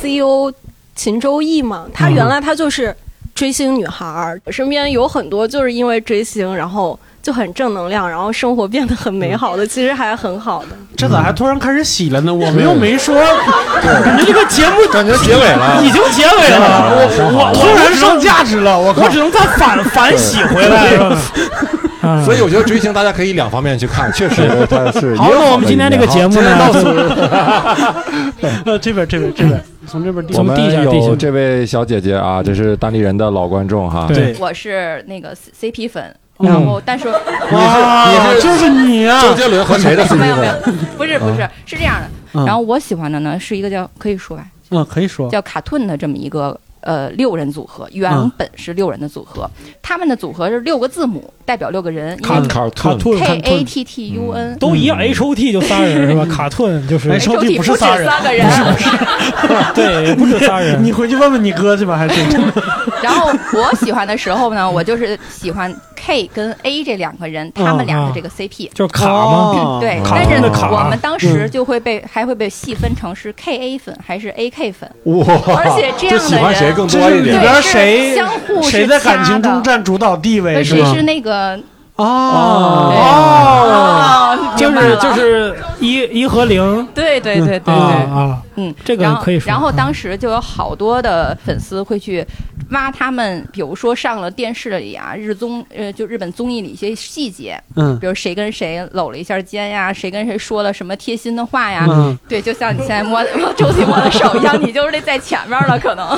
CEO 秦周易嘛，他
嗯
原来他就是追星女孩儿，身边有很多就是因为追星，然后就很正能量，然后生活变得很美好的，其实还很好 [laughs] 的。
这咋还突然开始洗了呢？我们又没说， [laughs]
感觉这个节目
感觉结尾了？
已经结尾了，我我
突然上价值了，我靠
我！只能再
[laughs]
反反洗
[laughs]
回来。是吧嗯
所以我觉得追星大家可以两方面去看，确实它是。
好，那我们今天这个
啊
节目呢， [laughs]
[laughs]
[laughs] 呃，这边这边这边，从这边递
我
我
们
们地下地下
有这位小姐姐啊，这是当地人的老观众哈。
对
我是那个 C- CP 粉，
嗯
然后但是
哇，
你是
就是你啊！
周杰伦和谁的 CP
没有没有
粉？，啊
不是不是是这样的。
嗯
然后我喜欢的呢是一个叫可以说吧，
嗯，可以说，
叫卡顿的这么一个呃六人组合，原本是六人的组合，他们的组合是六个字母代表六个人，因
卡
为
卡
卡
特
顿嗯
K A T T U N
都一样，H O T 就仨人是吧？卡顿就是
哎
H O
HOT
T
不
不
是
止
仨人
三个人，
对，不止仨人
[laughs]
你。回去问问你哥去吧，还是真的？
然后我喜欢的时候呢，我就是喜欢 K 跟 A 这两个人，他们俩的这个 CP。
就是卡吗？
哦
对，
卡
但是
中的
卡
我们当时就会被还会被细分成是 K A 粉还是 A K 粉，
哇，
而且这
就
样
喜
的
欢谁
人
更
这
多
是
一
里
点？
边
对
谁
是相互是
谁在感情
掐
中
的
占主导地位是
谁
吗
是？那个
哦，
哦，
就
明白
是
了
就是一一和零
对对对
啊
对对对，
啊，
嗯，
这个
然后
可以说啊
然后当时就有好多的粉丝会去挖他们，比如说上了电视里啊，日综呃就日本综艺里一些细节，
嗯
比如谁跟谁搂了一下肩呀，谁跟谁说了什么贴心的话呀，
嗯，
对，就像你现在摸摸周琦摸的手一样，你就是那在前面了，可能，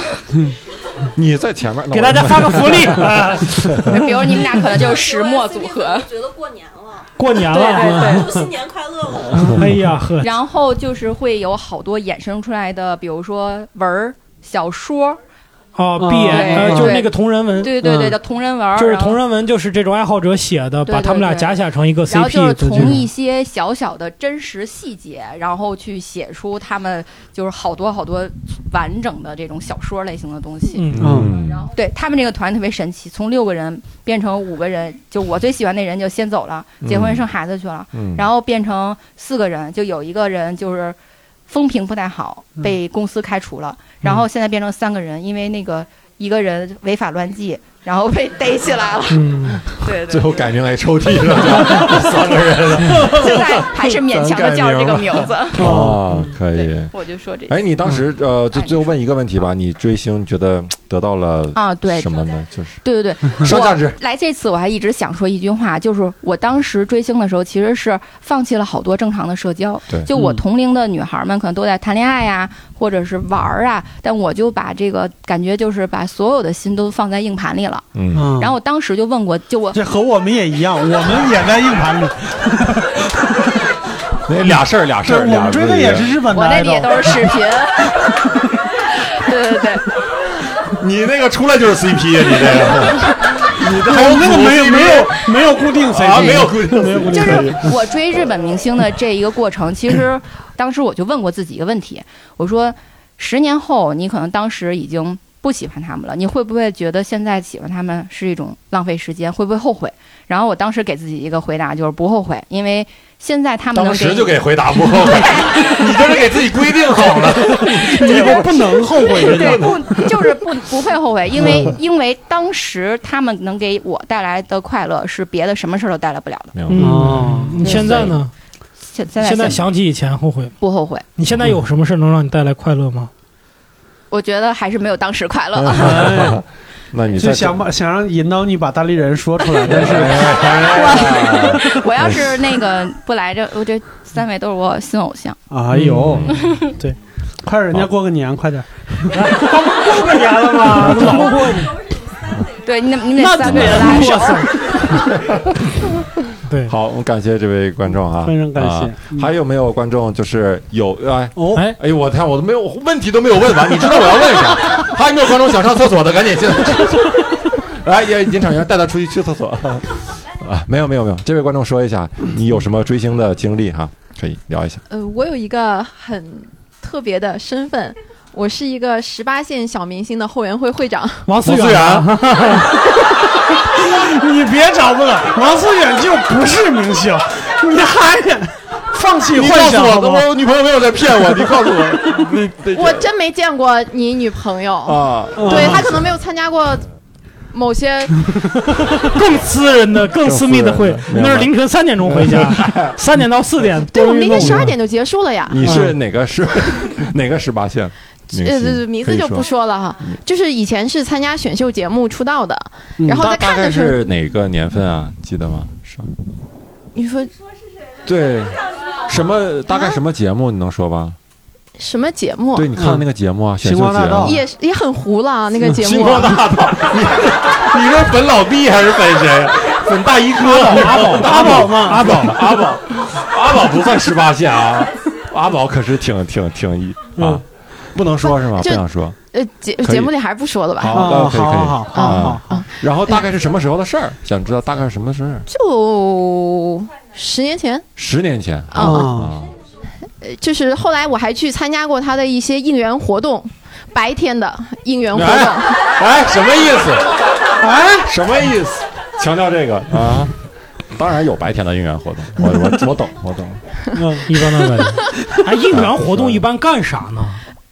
[laughs]
你在前面，那我
给大家发个福利，啊
[laughs] 比如你们俩可能就是石墨组合。
觉得过年了，
过年
对
了，嗯
对
新年快乐了。
哎呀呵
对，，然后就是会有好多衍生出来的，比如说文儿、小说，
啊
哦
闭眼，
对
呃就是
对
那个同人文，
对对对
嗯
叫同人文儿，
就是
然后
同人文，就是这种爱好者写的，
对
把他们俩
对对
假想成一个
然后就
CP
是
组
从
织。嗯
一些小小的真实细节，然后去写出他们就是好多好多完整的这种小说类型的东西。
嗯
嗯
嗯
对他们这个团特别神奇，从六个人变成五个人，就我最喜欢那人就先走了，结婚
嗯
生孩子去了，
嗯，
然后变成四个人，就有一个人就是风评不太好，
嗯
被公司开除了，然后现在变成三个人，因为那个一个人违法乱纪，然后被逮起来了。 [laughs]
嗯，
对对
最后
对
改名为抽屉了 [laughs]
现在还是勉强的叫着这个名字。
啊，可以
对。，我就说这
哎，你当时呃，就
哎
最后问一个问题吧，你追星觉得得到了
啊，对
什么呢？就是
对对
[laughs]
对，
上价值，
来这次我还一直想说一句话，就是我当时追星的时候，其实是放弃了好多正常的社交
对。嗯
就我
嗯
同龄的女孩们可能都在谈恋爱呀、或者是玩儿啊，但我就把这个感觉就是把所有的心都放在硬盘里了。
嗯，
嗯，
然后我当时就问过，就我
这和我们也一样，我们也在硬盘里。
那俩事儿俩事
对，
儿，
我
俩
们
事儿
追的也是日本的
我那里也
idol。
都是视
[laughs]
频。对对对，
你那个出来就是 CP
啊
呀，你这个
我那个没有没有没有固定 CP，
啊没有固定
没有固定
就是
CP。
我追日本明星的这一个过程，其实当时我就问过自己一个问题，我说十年后你可能当时已经不喜欢他们了，你会不会觉得现在喜欢他们是一种浪费时间？会不会后悔？然后我当时给自己一个回答就是不后悔，因为现在他们能
当
给
时
你
就给回答不后悔，你这是给自己规定好了。
[laughs] 你这不能后悔的
对，
呀。
不就是不不会后悔，因为
嗯
因为当时他们能给我带来的快乐是别的什么事儿都带来不了的。
明白
哦
嗯，你现在呢？
现现在
现在想起以前后悔吗，
不后悔，
你现在有什么事能让你带来快乐吗？
我觉得还是没有当时快
[laughs]
乐。
[laughs]
[laughs]
哎
那你
就
再
想把想让引导你把大力人说出来，但是
我要是那个不来这，我这三位都是我新偶像。
[laughs] 哎呦， [laughs]
嗯对，
快让人家过个年，
[laughs]
快点！
过个年了吗？老过年，
对，你得你得三位拉
哇
手。
塞，对，
好，我们感谢这位观众啊，
非常感谢
啊还有没有观众就是有哎？
哦，
哎，
哎呦，我看我都没有问题
哎
都没有问完，你知道我要问
啊
[laughs]
啥？还有没有观众想上厕所的？赶紧进来！
哎
来，也引场员带他出去去厕所。啊，没有没有没有，这位观众说一下，你有什么追星的经历哈？可以聊一下。
呃，我有一个很特别的身份，我是一个十八线小明星的后援会会长。
王思
王思啊
远，
源，
啊 [laughs] 你别找不了，王思远就不是明星，你还放弃
你
幻
告诉
想好不好
我，我女朋友没有在骗我，你告诉
[laughs]
我，你得
我真没见过你女朋友，
啊，
对
哦
她可能没有参加过某
[laughs]
些
[laughs]
更私人的、更私密的会
更私，人的
那是凌晨三点钟回 [laughs] 家，三点到四点。
对，我们那天十二点就结束了呀。嗯
你是哪个是哪个十八线？明
啊呃，
星
名
可
字
以
就不说了哈，就是以前是参加选秀节目出道的，然后
大
在
嗯大
看
概
的时候，
是哪个年份啊？记得吗？是吧
你说
对，什么大概什么节目你能说吧？
什么节目？
对，你看那个节目啊，选
星
秀节
光大道
目。
也是也很糊了啊那个节
星
目，
光大道，你你是粉老毕还是粉谁
[laughs]
呀？粉 [laughs] 大衣哥的阿宝，阿宝吗？阿宝，阿宝，阿宝不算十八线啊。
阿宝可是挺挺挺一啊
嗯，
不能说是吗？不
这
想说。
[laughs] 呃节
可以
节目里还是不说了吧。
好，可以可
好
以。啊
好好好好，
然后大概是什么时候的事儿？想知道大概是什么时候？
就十年前
十年前
啊，
啊，
呃就是后来我还去参加过他的一些应援活动，白天的应援活动。
哎，什么意思？
[laughs]
哎，什么意思？强调这个啊。当然有白天的应援活动，我我我懂我懂。
嗯，一般的问。哎，应援活动一般干啥呢？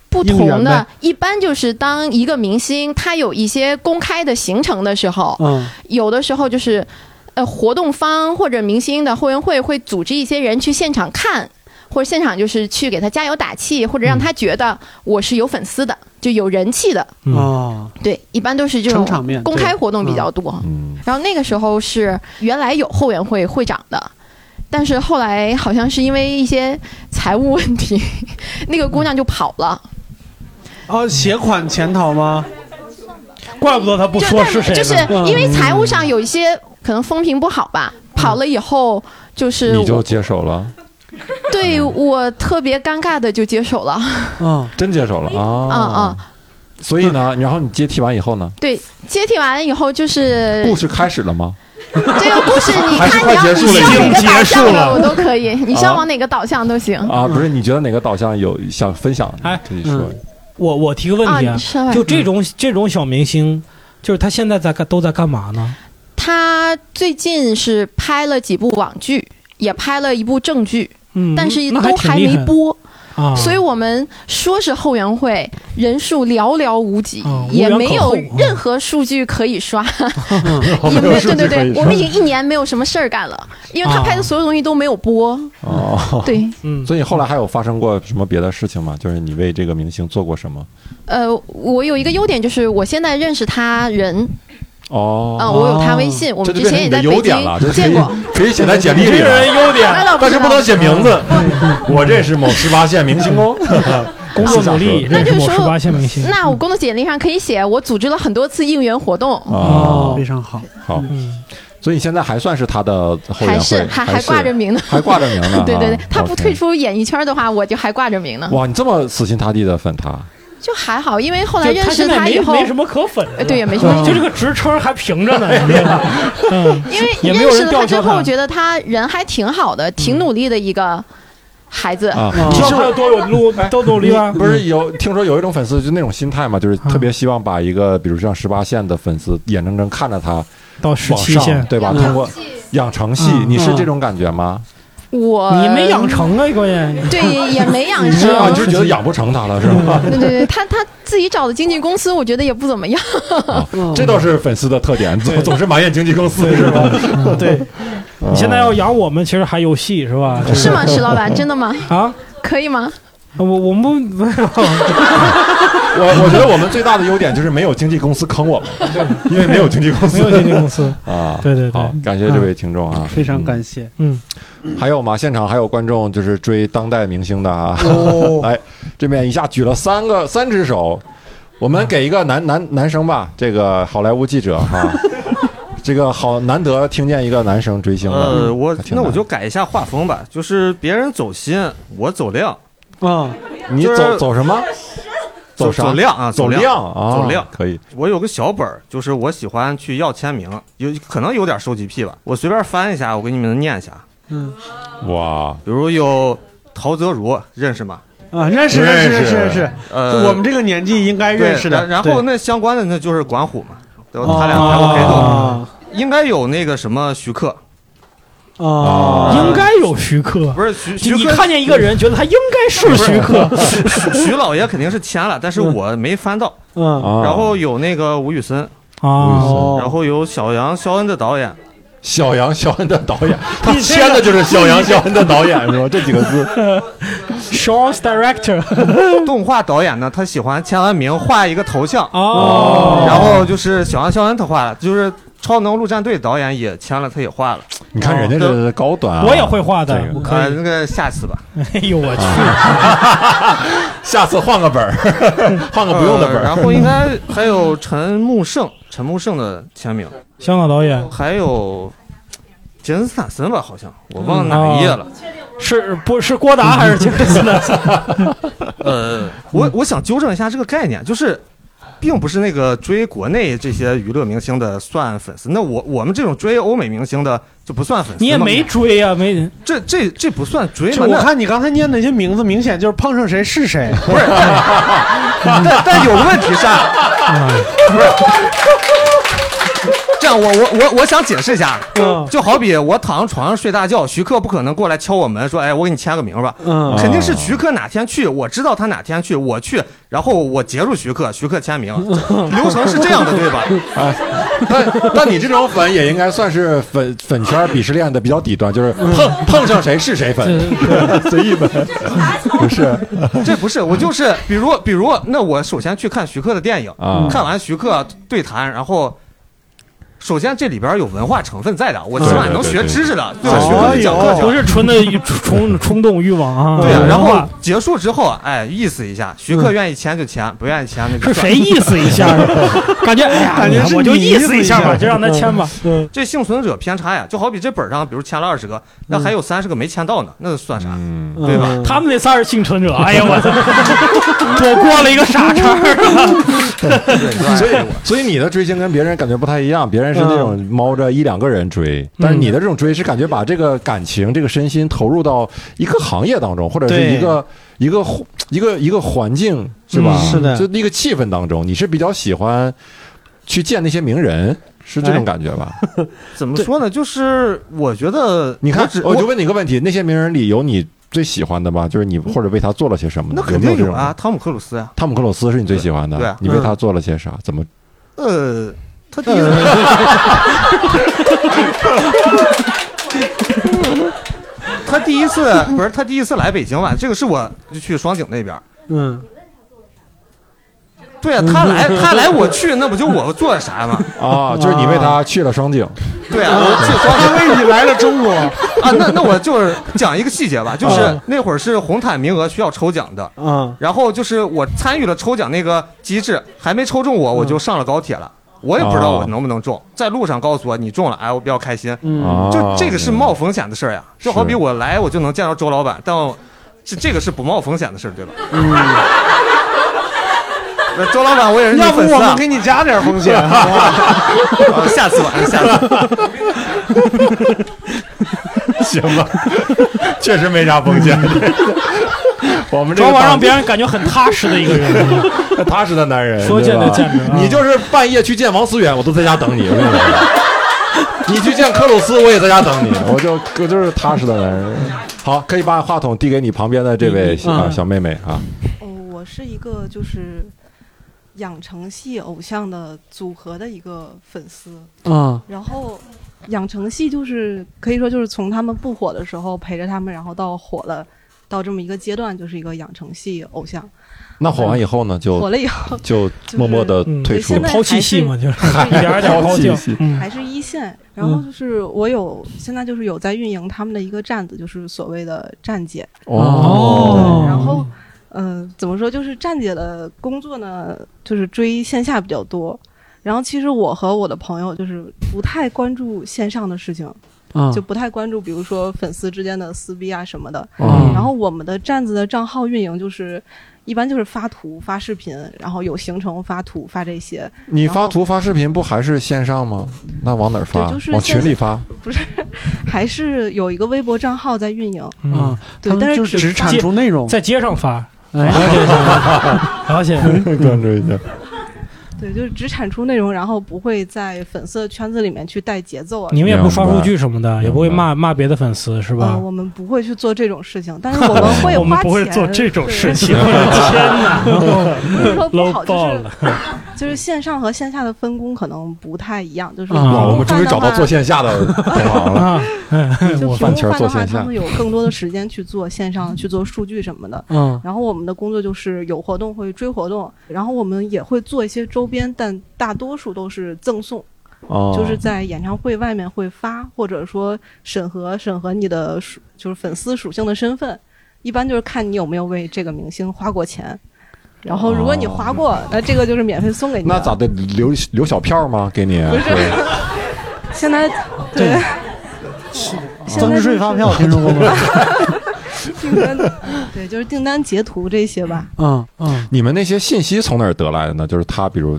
不
应援
同
呗
的，一般就是当一个明星他有一些公开的行程的时候，
嗯
有的时候就是，呃，活动方或者明星的后援会会组织一些人去现场看，或者现场就是去给他加油打气，或者让他觉得我是有粉丝的，就有人气的。
嗯，
哦，
对，一般都是这
撑
种
场面
公
对
开活动比较多。
嗯，
然后那个时候是原来有后援会会长的，但是后来好像是因为一些财务问题， [laughs] 那个姑娘就跑了。
哦，携款潜逃吗？
怪不得他不
就
嗯
说
但
是谁呢。
就是
嗯
因为财务上有一些可能风评不好吧，跑了以后就是
嗯你就嗯
我
接手了，
对我特别尴尬的就接手了，
啊
[laughs]
嗯，
真接手了
嗯
啊
嗯。
所以呢，然后你接替完以后呢，
对，接替完了以后就是
故事开始了吗？
这个故事，你
还是
看
快
你要
结束了
你
已
上
经
哪个
结
导向
束了
我都可以，你
啊
上往哪个导向都行。
啊，不是，你觉得哪个导向有想分享？
哎
自己说。
我我提个问题
啊你说吧
就这种这种小明星，就是他现在在干都在干嘛呢？
他最近是拍了几部网剧，也拍了一部正剧，
嗯，
但是
那
都
挺
还
厉
没
害
播，
啊，
所以我们说是后援会，人数寥寥无几，
啊无
也
缘
没
可
有
后
任何数据可以
[laughs]
刷，
嗯
我
也
没有
没
数据
对对
可以
对，
说
我们已经一年没有什么事儿干了，因为他
啊
拍的所有东西都没有播，
哦，
对。
嗯，
所以后来还有发生过什么别的事情吗？就是你为这个明星做过什么？
呃，我有一个优点就是我现在认识他人，啊、
哦，
我有他微信，我
这
们
就
之
变成你
前也
的
在
优
北
点了，
京
这
见
可以
过。
[laughs] 可以写在简历
这
里了。
人优点
[laughs]
那倒，不
但是
知
不
道
能写名字。我认识某十八线明星哦，
[laughs]
工作
[laughs]
努力
那
认
就
识
是
某十
说
八线明星。
啊
那我工作简历上可以写，我组织了很多次应援活动，
哦，
非常好。
好，
嗯，
所以你现在还算是他的后援
还
会，
是还还挂着名呢。。
[laughs] 还挂着名呢
[laughs] 对对对
啊，
他不
OK
退出演艺圈的话，我就还挂着名呢，
哇，你这么死心塌地的粉他，
就还好，因为后来
就
认
他
识
现在
以
没
后，
没什么可粉的，
呃对也没什
嗯
么
就这个职称还平着呢，你知道吗 [laughs] 嗯，
因为
也没
认
有
识
人
了
吊销
他之
他
后，我觉得他人还挺好的，挺努力的一个孩子。
嗯啊，
你知道他有多有路多努力吗？
哎不是有听说有一种粉丝就那种心态嘛，就是特别希望把一个比如像十八线的粉丝眼睁睁看着他
到十
往
七
上，
线，
对
嗯
吧？通过养成系，
嗯
你是这种感觉吗？
我
呃
你没养成啊，关键
对，也没养
是啊，你就
成。
是觉得养不成他了是吧？
对对对，他他自己找的经纪公司，我觉得也不怎么样。 [laughs]
这倒是粉丝的特点，总总是埋怨经纪公司是吧？
对， [laughs] 你现在要养我们，其实还有戏是吧？就是
吗，石老
[laughs]
板？真的吗？
啊，
可以吗？
啊
我我们不
我我觉得我们最大的优点就是没有经纪公司坑我们， [laughs] 因为没有经纪公
没
司
有经纪公司，
[laughs] 啊。
对对对
好，感谢这位听众啊，
非常感谢。
嗯，
还有吗？现场还有观众就是追当代明星的啊， [laughs] 哎，这边一下举了三个三只手，我们给一个男男男生吧，这个好莱坞记者哈、这个好难得听见一个男生追星的，
呃，我
还挺
那
难
我就改一下画风吧，就是别人走心，我走量，
嗯
啊，
你
就是
走走什么？
走
啥？
量啊，
走
量。
量啊，
走量
可以。
我有个小本儿，就是我喜欢去要签名，有可能有点收集癖吧，我随便翻一下，我给你们念一下，
嗯
哇，
比如有陶泽如，认识吗？
啊，认识认识认识认识，
呃，
我们这个年纪应该
对
认识的。
然然
对
后那相关的那就是管虎嘛，对吧？
哦
他俩还有谁都
啊
应该有那个什么徐克，
啊，
应该有徐克。
哦不是徐徐
你
克
看见一个人，觉得他应该是 [laughs] 徐克，
[laughs] 徐老爷肯定是签了，但是我没翻到。
嗯
啊
然后有那个吴宇森，
啊，
然后有小杨肖恩的导演，
小杨肖恩的导
[laughs]
演，他签的就是小杨肖恩的导演是吧？这几个
[laughs]
字
Shaw's director
[laughs] 动画导演呢，他喜欢签完名画一个头像，
哦，
然后就是小杨肖恩他画了，就是超能陆战队导演也签了，他也画了。
你看人家
哦
这是高端啊，
我也会画的
这，个
我可
呃，
以。
那个下次吧，
哎呦我去，
下次换个本儿，
[laughs]
换个不用的本
呃
儿
然后应该还有陈木胜，陈木胜的签名，
香港导演
还有杰森斯坦森吧，好像我忘了哪一页了。
是不是郭哦达还是杰克
[laughs]
斯的？
呃，我我想纠正一下这个概念，就是。并不是那个追国内这些娱乐明星的算粉丝，那我我们这种追欧美明星的就不算粉丝嘛。
你也没追呀，没人
这这这不算追
这
吗？
我
那
看你刚才念那些名字，明显就是碰上谁是谁。
不是， [laughs]
嗯
[laughs]
但但但有个问题是
[laughs]
啊，
嗯
不是。这样，我我我我想解释一下，
嗯
就好比我躺上床上睡大觉，徐克不可能过来敲我门说，哎，我给你签个名吧，
嗯
肯
哦
定是徐克哪天去，我知道他哪天去，我去，然后我截住徐克，徐克签
[laughs]
名，流程是这样的，对吧？ [laughs]
啊 [laughs] 但但你这种粉也应该算是粉粉圈鄙视链的比较底端，就是
嗯
碰碰上谁是谁粉， [laughs] 随意粉，不是
这不是我就是，比如比如，那我首先去看徐克的电影，
啊
看完徐克对谈，然后首先这里边有文化成分在的，我起
对
码
对
能
对
学
对
知识的，对吧？学
[laughs] 哦
会讲课
不是纯的欲冲冲动欲
嗯
望啊。
对呀、然
文
后
化
结束之后，哎，意思一下，徐克愿意签就
嗯
签，不愿意签那就算
是谁意
[laughs]
思一下啊？感觉哎呀，
感觉是
我就
你
意思
意思一
下
下
吧，就让他签吧。嗯，
这幸存者偏差呀，就好比这本上，比如签了二十个，
嗯
那还有三十个没签到呢，那算啥？对吧？
嗯他们那仨是幸存者。哎呀，我操， [laughs] 躲过了一个傻叉儿。
所以，所以你的追星跟别人感觉不太一样，别人是那种猫着一两个人追，但是你的这种追是感觉把这个感情、这个身心投入到一个行业当中，或者是
对
一个一个一个一个环境，是吧？
嗯是的
就那个气氛当中，你是比较喜欢去见那些名人，是这种感觉吧？
怎么说呢？就是我觉得，
你看，哦
只
我就问你个问题：那些名人里有你最喜欢的吗？就是你或者为他做了些什么
那
呢？
肯
有
定
没有这
有
种
啊，汤姆克鲁斯呀、
汤姆克鲁斯是你最喜欢的，
对啊
你为他做了些啥？怎么？
呃，他第一个 [laughs] 他第一次不是他第一次来北京吧？这个是我就去双井那边儿。
嗯，
对啊，他来他来我去，那不就我做了啥 [laughs] 吗？哦
啊，就是你为他去了双井，
对
[laughs]
啊，我去双井 [laughs]
为你来了中国啊，
那那我就是讲一个细 [laughs] 节吧，就是
啊
那会儿是红毯名额需要抽奖的，
嗯，
然后就是我参与了抽奖那个机制，还没抽中我，我就上了高铁了。我也不知道我能不能中，在路上告诉我你中了，哎，我比较开心。
嗯
就这个是冒风险的事儿呀，就好比我来我就能见到周老板，但我这这个是不冒风险的事儿，对吧？嗯。周老板，我也是你
要不
粉丝
我
啊
们给你加点风险，
[laughs]
好不好
啊下次吧，下次。
[laughs]
行吧，确实没啥风险。
嗯
[laughs] 我们这个
往往
档
让
次
别人感觉很踏实的一个
[laughs]
人。
踏实的男人，
说
对
见就
吧
见着啊
你就是半夜去见王思远，我都在家等你。我跟你说，你去见克鲁斯，我也在家等你。
我就我就是踏实的男人。好，可以把话筒递给你旁边的这位
嗯
啊小妹妹啊。
哦，我是一个就是养成系偶像的组合的一个粉丝
啊
然后养成系就是可以说就是从他们不火的时候陪着他们，然后到火了，到这么一个阶段，就是一个养成系偶像。
那火完以后呢，就
火了以后
就
就是
默默的
嗯
退
对
出
现在抛弃还是系嘛就是
一点儿一点儿抛弃
嗯
还是一线。然后就是我有、现在就是有在运营他们的一个站子，就是所谓的站姐。
哦
对然后，嗯、怎么说？就是站姐的工作呢，就是追线下比较多。然后其实我和我的朋友就是不太关注线上的事情，
啊
就不太关注，比如说粉丝之间的撕逼啊什么的。
哦
然后我们的站子的账号运营就是，一般就是发图、发视频，然后有行程发图、发这些。
你
然后
发图发视频不还是线上吗？那往哪儿发
对就是？
往
现在
群里发。
[laughs] 不是，还是有一个微博账号在运营。啊
嗯，
对，但是只发
内容，
在街上发。
[laughs] 哎
[laughs] 了解，
[laughs] 关注一下。嗯
对，就是只产出内容，然后不会在粉丝的圈子里面去带节奏啊。
哦你们也不刷数据什么的，也不会骂骂别的粉丝是吧
呃，？我们不会去做这种事情，但是
[laughs]
我们会花
我们不会
钱
做这种
对
事
[laughs]
情。我的天哪
不
[laughs]
是说不好，
爆
就是
了！
[laughs] 就是线上和线下的分工可能不太一样，
啊
就是
哇，哦啊我们
屏
终
幕
于
饭的
找到
话
做线下 [laughs] 的同行了。
哎
[laughs]
就
饭
屏
圈
幕饭
做
的话，
线
他
下
们。有更多的时间去做线上、去做数据什么的。
嗯
然后我们的工作就是有活动会追活动，然后我们也会做一些周边，但大多数都是赠送。
哦
就是在演唱会外面会发，或者说审核审核你的属就是粉丝属性的身份，一般就是看你有没有为这个明星花过钱。然后如果你花过，那这个就是免费送给你的。
哦那咋的？留留小票吗？给你？啊
不是
对
现在对，现在
哦增值税发票
就是
听说过吗？
[laughs] 订单，对，就是订单截图这些吧。
嗯嗯，
你们那些信息从哪儿得来的呢？就是他，比如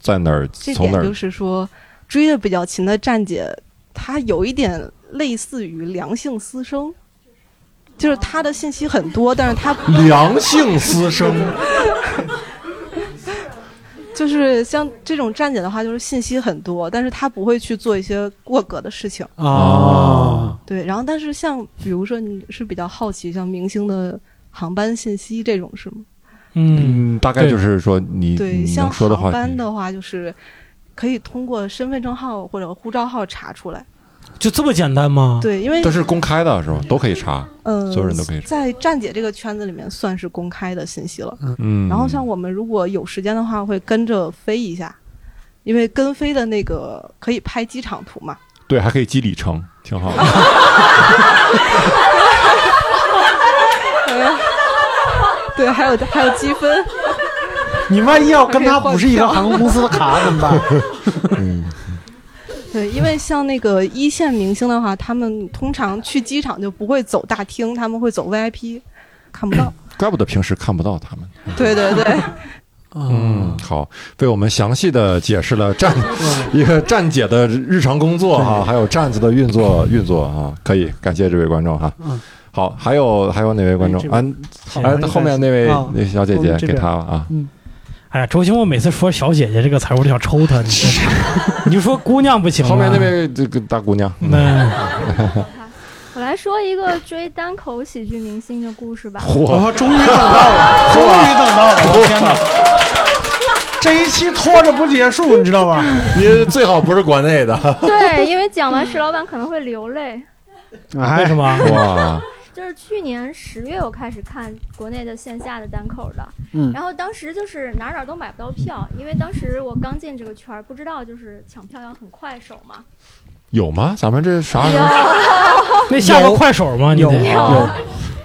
在哪儿，
这
从
点
哪儿
就是说，追的比较勤的站姐，她有一点类似于良性私生，就是她的信息很多，但是她
良性私生，
就是像这种站姐的话，就是信息很多，但是她不会去做一些过格的事情。
哦，
对，然后但是像比如说你是比较好奇像明星的航班信息这种是吗？
嗯，大概就是说你
对，
你
像
能说的
航
话，
班的话就是可以通过身份证号或者护照号查出来。
[laughs] 就这么简单吗？
对，因为
这是公开的是吧？都可以查，
呃，
所有人都可以查。
在站姐这个圈子里面算是公开的信息了。
嗯
然后像我们如果有时间的话，会跟着飞一下，因为跟飞的那个可以拍机场图嘛，
对，还可以记里程，挺
[laughs]
好的。 [laughs]
[laughs] 对，还有还有积分，
你万一要跟他不是一个航空公司的卡怎么办？嗯
对，因为像那个一线明星的话，他们通常去机场就不会走大厅，他们会走 VIP，看不到。
怪不得平时看不到他们。
对对对，
嗯，好，为我们详细的解释了站
嗯
一个站姐的日常工作哈、还有站子的运作运作啊，可以感谢这位观众哈、
嗯
好，还有还有哪位观众
哎这
啊
边？
哎，后面那位
啊
那小姐
我
姐
们这
给
边
她啊，
哎呀，周星，我每次说“小姐姐”这个词儿，我就想抽他。你知道吗 [laughs] 你就说姑娘不行吗？啊嗯
后面那位这个大姑娘， [laughs]
那
我来说一个追单口喜剧明星的故事吧。
我哦终于等到 [laughs] 了，终于等到了， [laughs] 我天哪！这一期拖着不结束，你知道吧？
你最好不是国内的。
对，因为讲完石老板可能会流泪。
为
什么？
哇，
就是去年十月，我开始看国内的线下的单口的，
嗯
然后当时就是哪儿哪儿都买不到票，因为当时我刚进这个圈儿，不知道就是抢票要很快手嘛。
有吗？咱们这
[laughs]
啥时候？
有
啊 [laughs] 那下过快手吗？你得嗯
有嗯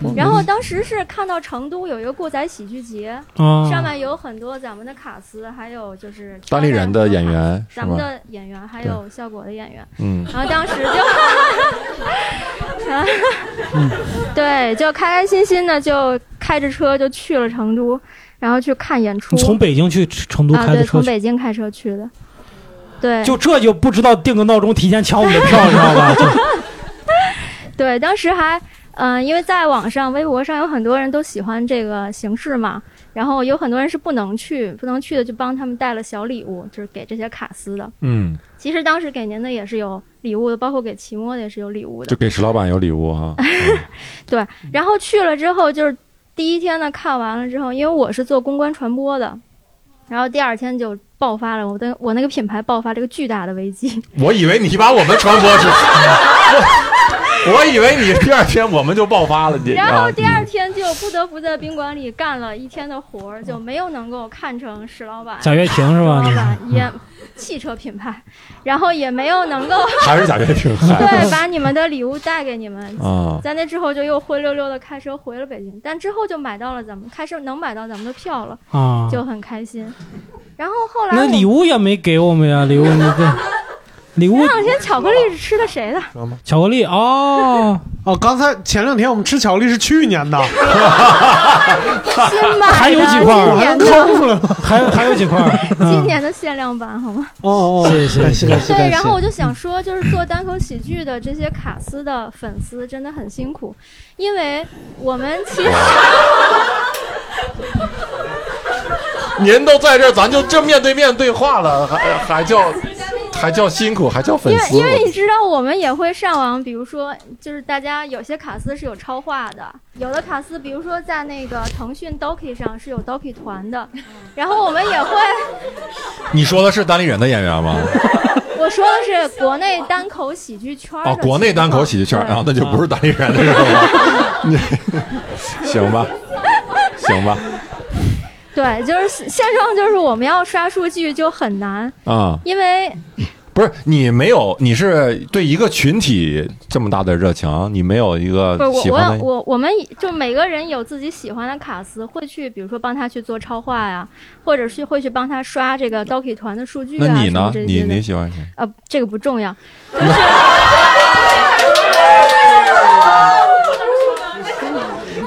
有
然后当时是看到成都有一个过载喜剧节，
啊
上面有很多咱们的卡司，还有就是
单立人的演员哎是
咱们
吧？
的演员，还有效果的演员。
嗯
然后当时就，啊 [laughs] 对，就开开心心的就开着车就去了成都，然后去看演出。
你从北京去成都
啊，
开
对，
的车
从
去，
北京开车去的。对，
就这就不知道定个闹钟提前抢我们的
[laughs]
票，你知道吧？就
对，当时还，嗯、因为在网上、微博上有很多人都喜欢这个形式嘛，然后有很多人是不能去，不能去的就帮他们带了小礼物，就是给这些卡司的。
嗯，
其实当时给您的也是有礼物的，包括给齐墨的也是有礼物的。
就给嗯石老板有礼物啊哈、
对，然后去了之后就是第一天呢看完了之后，因为我是做公关传播的，然后第二天就爆发了，我的我那个品牌爆发了一个巨大的危机。 [laughs]
我以为你把我们传播出去， [laughs] 我我以为你第二天我们就爆发了。你
然后
啊
第
嗯
二天就不得不在宾馆里干了一天的活儿，就没有能够看成石老板。
贾跃亭是吧
石老板
你嗯
也汽车品牌，然后也没有能够
[laughs] 还是贾跃亭 [laughs]
对，把你们的礼物带给你们。
啊
在那之后就又灰溜溜的开车回了北京，但之后就买到了咱们开车能买到咱们的票了，
啊
就很开心。然后后来
那礼
物
物也没给我们呀，礼物你
[laughs]
这礼物
前两天巧克力是吃的谁的？
巧克力哦
[laughs] 哦，刚才前两天我们吃巧克力是去年的，
[laughs]
新买的，
还有几块儿
今
我还
年
抠出
的，
来了，还
还有几块
今年的限量版好吗？
[laughs] 哦哦，
谢谢
感谢感谢，
对，然后我
感谢
就想说，就是做单口喜剧的这些卡司的粉丝真的很辛苦，因为我们
[laughs]
其实
啊嗯您都在这儿，咱就这面对面对话了，还还叫还叫辛苦，还叫粉
因为
丝。
因为你知道，我们也会上网，比如说，就是大家有些卡司是有超话的，有的卡司，比如说在那个腾讯 Doki 上是有 Doki 团的，然后我们也会，
你说的是单立人的演员吗？
我说的是国内单口喜剧圈儿的
哦，国内单口喜剧圈啊，那就不是单立人的是吧？
[laughs]
你行吧，行吧，
对，就是现状就是我们要刷数据就很难，
啊、
因为
不是你没有，你是对一个群体这么大的热情，你没有一个
不是我
呃喜
我
欢的
我我们就每个人有自己喜欢的卡司，会去比如说帮他去做超话呀，或者是会去帮他刷这个 Doki 团的数据啊
那你呢？
什么这
你
些的
你喜欢谁？
呃，这个不重要。 [laughs]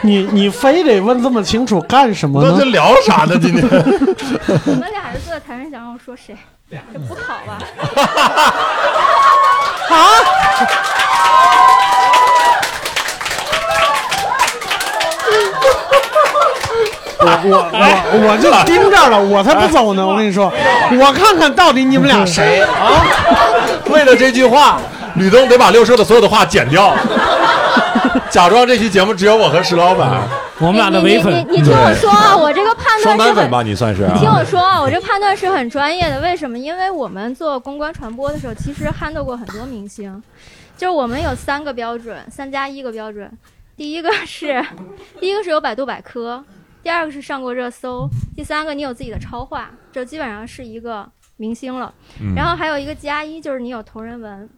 你你非得问这么清楚干什么呢？
那这聊啥呢今天
你们俩人坐在台上想让我说谁？ [laughs] 这不好啊吧？
[laughs]
[laughs]
我我我我就盯这儿了，我才不
哎
走呢！我跟你说，我看看到底你们俩谁啊？
[laughs] 为了这句话，吕东得把六叔的所有的话剪掉，假装这期节目只有我和石老板。
[laughs] 我们俩
你你你你听我说啊，我这个判断
啊双
是
单
很
粉吧，你算是啊
你 [laughs] 听我说啊，我这判断是很专业的。为什么？因为我们做公关传播的时候，其实 handle 过很多明星，就是我们有三个标准，三加一个标准。第一个是， [laughs] 第一个是有百度百科，第二个是上过热搜，第三个你有自己的超话，这基本上是一个明星了。
嗯
然后还有一个加一，就是你有同人文。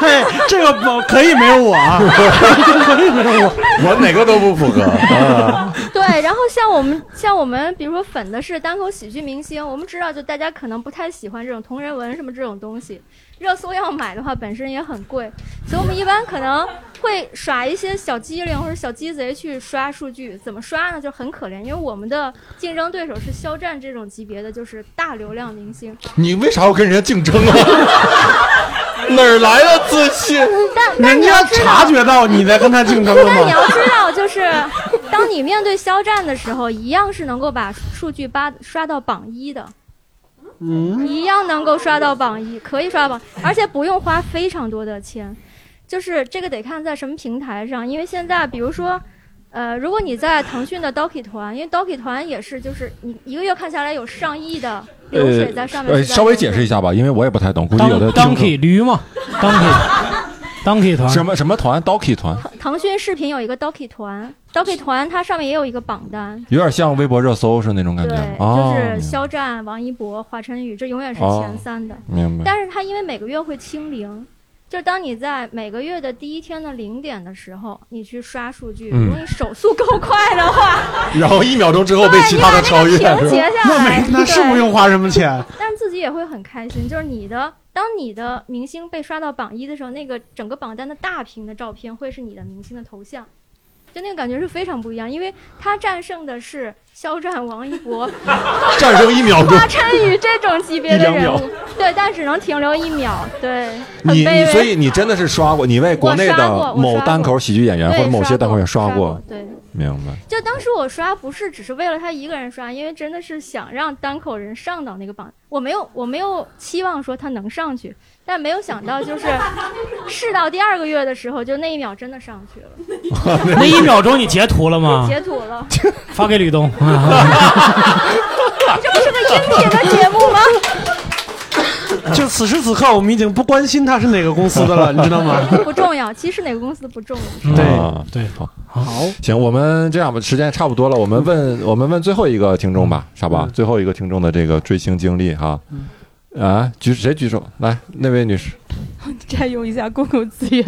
嘿，哎这个不可以没有我啊，可以没有我，
我哪个都不符合。啊
[laughs] 对，然后像我们像我们，比如说粉的是单口喜剧明星，我们知道就大家可能不太喜欢这种同人文什么这种东西，热搜要买的话本身也很贵，所以我们一般可能会耍一些小机灵或者小鸡贼去刷数据，怎么刷呢？就很可怜，因为我们的竞争对手是肖战这种级别的，就是大流量明星，
你为啥要跟人家竞争啊？哪儿来的自信？
但但
人
你要
家
知道
察觉到你在跟他竞争了
但你要
吗？
知道，就是当你面对肖战的时候，一样是能够把数据扒刷到榜一的。
嗯，
一样能够刷到榜一，可以刷到榜，而且不用花非常多的钱，就是这个得看在什么平台上，因为现在比如说，呃，如果你在腾讯的 Doki 团，因为 Doki 团也是就是你一个月看下来有上亿的流水在上面、
呃，稍微解释一下吧，因为我也不太懂，估计有的
Donkey 驴嘛，Donkey，Donkey 团
什么什么团，Donkey 团，
腾讯视频有一个 Doki 团，Doki 团它上面也有一个榜单，
有点像微博热搜是那种感觉
对，
哦，
就是肖战、王一博、华晨宇，这永远是
哦
前三的。
明白。
但是它因为每个月会清零，就是当你在每个月的第一天的零点的时候，你去刷数据，
嗯
如果你手速够快的话，
[laughs] 然后一秒钟之后被其他的超越，
对你把那个停截下
那
来
没，那是不用花什么钱，
但自己也会很开心。就是你的，当你的明星被刷到榜一的时候，那个整个榜单的大屏的照片会是你的明星的头像。就那个感觉是非常不一样，因为他战胜的是肖战、王一博，
[laughs] 战胜一秒钟
华晨宇这种级
一
别的
两
人
秒
物，对，但只能停留一秒，对，很
你
卑
你
微。
所以你真的是刷过，你为国内
我刷过我刷
的
过
某单口喜剧演员
对
或者某些单口演员刷
刷
过，
对。
明白？
就当时我刷不是只是为了他一个人刷，因为真的是想让单口人上到那个榜，我没有我没有期望说他能上去，但没有想到就是试到第二个月的时候，就那一秒真的上去了，
[laughs] 那一秒钟你截图了吗？
截图
[laughs]
了。
发给吕
[laughs]
东。
这不是个音频的节目吗？
就此时此刻我们已经不关心他是哪个公司的了，你知道吗？
不重要，其实哪个公司不重要。
对
对，
啊好，
好，
行，我们这样吧，时间差不多了，我们问
嗯
我们问最后一个听众吧，啥吧？最后一个听众的这个追星经历哈，
嗯
啊，举谁举手？来，那位女士，
[laughs] 占用一下公共资源。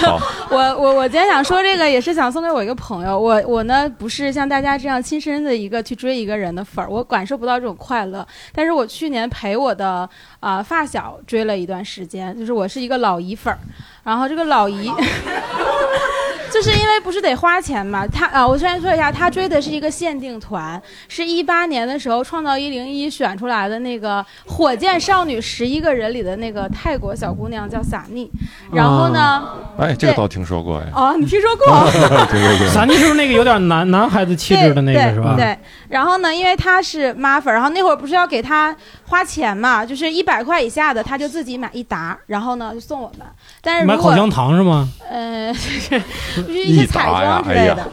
好，
[laughs] 我我我今天想说这个，也是想送给我一个朋友。我我呢不是像大家这样亲身的一个去追一个人的粉儿，我感受不到这种快乐。但是我去年陪我的啊、呃发小追了一段时间，就是我是一个老姨粉儿，然后这个老姨。 [laughs] 就是因为不是得花钱嘛，他啊、我先说一下，他追的是一个限定团，是一八年的时候创造一零一选出来的那个火箭少女十一个人里的那个泰国小姑娘叫萨尼，
啊
然后呢，
哎，这个
对
倒听说过哎，
哦，你听说过？
[laughs] 对对对，
咱那是不是那个有点男男孩子 [laughs] 气质的那个
对
是吧？
对，然后呢，因为他是妈粉儿，然后那会儿不是要给他花钱嘛，就是一百块以下的他就自己买一沓，然后呢就送我们。但是
买
如
口
果
香糖是吗？
呃，就是就是一些彩
一沓呀
妆之类
哎呀
的。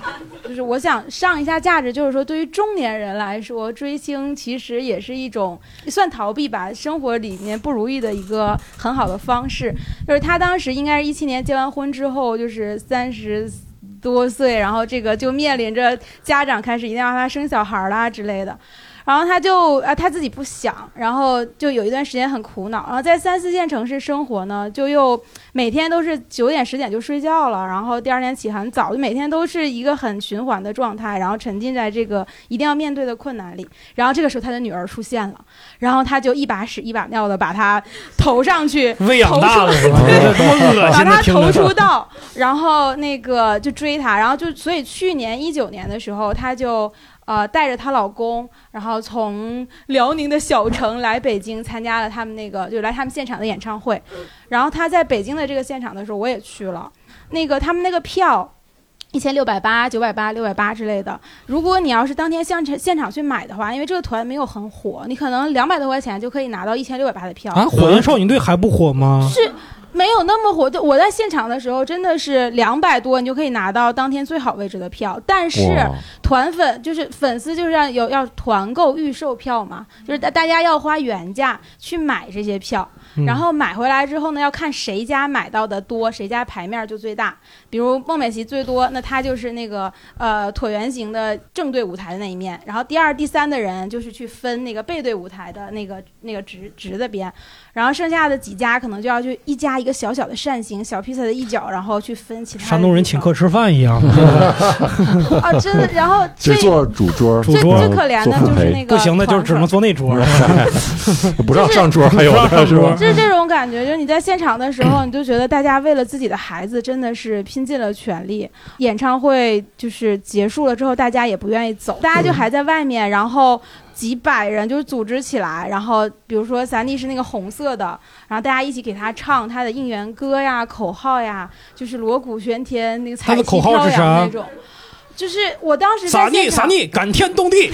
就是我想上一下价值，就是说对于中年人来说，追星其实也是一种算逃避吧，生活里面不如意的一个很好的方式。就是他当时应该是一七年结完婚之后，就是三十。多岁，然后这个就面临着家长开始一定要让他生小孩儿啦之类的，然后他就啊他自己不想，然后就有一段时间很苦恼，然后在三四线城市生活呢，就又每天都是九点十点就睡觉了，然后第二天起很早，就每天都是一个很循环的状态，然后沉浸在这个一定要面对的困难里。然后这个时候他的女儿出现了，然后他就一把屎一把尿的把她投上去，
喂养
投
大
出
了
[laughs]
是吧 [laughs] 这多恶心
把
的
他
听着
投出道，然后那个就追她，然后就所以去年一九年的时候，她就呃带着她老公，然后从辽宁的小城来北京参加了他们那个就来他们现场的演唱会，然后她在北京的这个现场的时候，我也去了，那个他们那个票。一千六百八、九百八、六百八之类的。如果你要是当天现场现场去买的话，因为这个团没有很
啊
火，你可能两百多块钱就可以拿到一千六百八的票
啊，火焰少女队还不火吗？
是没有那么火。就我在现场的时候，真的是两百多，你就可以拿到当天最好位置的票。但是
哇
团粉就是粉丝，就是要有要团购预售票嘛，就是大大家要花原价去买这些票，
嗯
然后买回来之后呢，要看谁家买到的多，谁家牌面就最大。比如孟美岐最多，那她就是那个呃椭圆形的正对舞台的那一面，然后第二、第三的人就是去分那个背对舞台的那个那个直直的边，然后剩下的几家可能就要去一家一个小小的扇形小披萨的一角，然后去分其他
[laughs]
的
山东人请客吃饭一样，
[laughs] 啊，真的。
[laughs]
然后
只
最
做主桌，
最最可怜的就是那个
不行的，就只能坐那桌，
[laughs] 不让上桌，还有的是吧？
就是
嗯
这种感觉，就是你在现场的时
[clears throat]
候，你就觉得大家为了自己的孩子真的是拼尽了全力。演唱会就是结束了之后，大家也不愿意走，大家就还在外面，然后几百人就是组织起来，然后比如说三弟是那个红色的，然后大家一起给他唱他的应援歌呀、口号呀，就是锣鼓喧天那个彩
他的
旗
口号
飘
是啥
扬那种。就是我当时在
撒
现
腻撒
场，
腻，感天动地，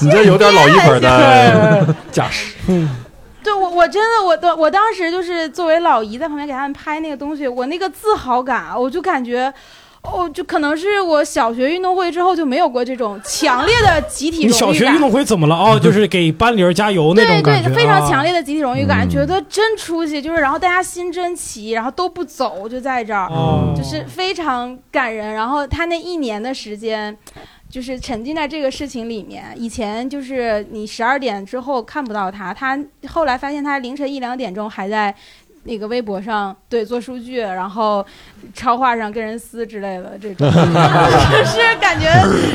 你这有点老一本的
架势。
对我，我真的，我的，我当时就是作为老姨在旁边给他们拍那个东西，我那个自豪感啊，我就感觉，哦，就可能是我小学运动会之后就没有过这种强烈的集体
你
荣誉感。
小学运动会怎么了？
[laughs]
哦，就是给班里人加油那
对
种感觉，啊嗯
对，非常强烈
的。
的集体荣誉感，觉得真出息，就是然后大家心真齐，然后都不走，就在这儿，
哦
就是非常感人。然后他那一年的时间。就是沉浸在这个事情里面。以前就是你十二点之后看不到他，他后来发现他凌晨一两点钟还在那个微博上对做数据，然后超话上跟人撕之类
[laughs]
的这种，就是
[laughs]
感觉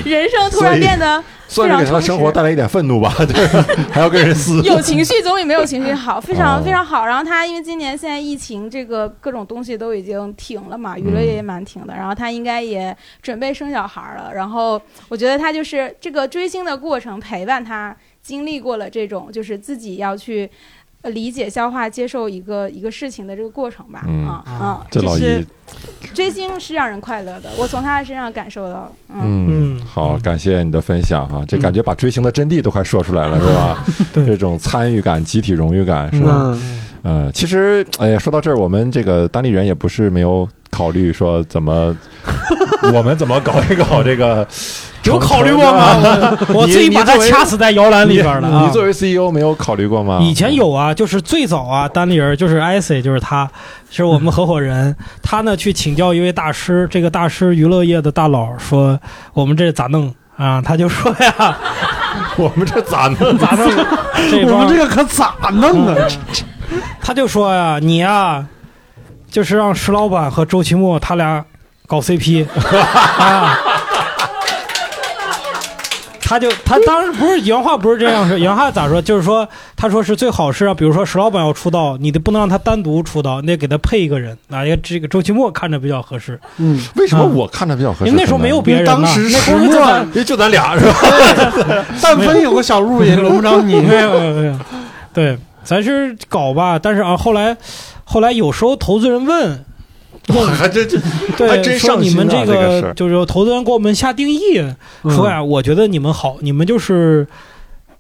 人生突然变得非
算是
常
给他的
充实
生活带来一点愤怒吧，对， [laughs] 还要跟人撕。
有情绪总比没有情绪好，非常
哦
非常好。然后他因为今年现在疫情，这个各种东西都已经停了嘛，娱乐
嗯
业也蛮停的。然后他应该也准备生小孩了。然后我觉得他就是这个追星的过程，陪伴他经历过了这种，就是自己要去。呃理解、消化、接受一个一个事情的这个过程吧，
嗯
啊啊，
[laughs] 这
就
老
是
姨，
追星是让人快乐的，我从他的身上感受到了，嗯
嗯，好，感谢你的分享哈，这感觉把追星的真谛都快说出来
[laughs]
了，是吧？这种参与感、集体荣誉感，是吧？
嗯
呃，其实，哎呀，说到这儿，我们这个当地人也不是没有考虑说怎么，
[laughs]
我们怎么搞一搞这 [laughs] 个。
有考虑过吗
啊？你
我自己把它掐死在摇篮里边了啊
你你作为 CEO 没有考虑过吗？
以前有啊，就是最早啊，单立人就是 IC，就是他，是我们合
[laughs]
伙人。他呢去请教一位大师，这个大师娱乐业的大佬说，我们这咋弄啊？他就说呀，
[laughs] 我们这咋弄？
[laughs] 咋弄？
我们这个可咋弄啊？
[laughs] 他就说呀，你呀、就是让石老板和周奇墨他俩
[laughs]
搞 CP 啊。他就他当时不是原话不是这样说，原话咋说？就是说，他说是最好是让，比如说石老板要出道，你得不能让他单独出道，你得给他配一个人，哪一个这个周奇墨看着比较合适。
嗯，为什么我看着比较合适？
啊因为那时候没有别人嘛，那时候就
[laughs]
咱
就咱俩是吧？
[laughs] [laughs] 但凡有个小鹿也轮不着你
[laughs] 没有没有没有，对，咱是搞吧，但是啊，后来后来有时候投资
[laughs]
人问。
还真这还
对，
真
说
上
你
心
们
啊这个
个、
事儿
就是投资人给我们下定义，
嗯
说呀，我觉得你们好，你们就是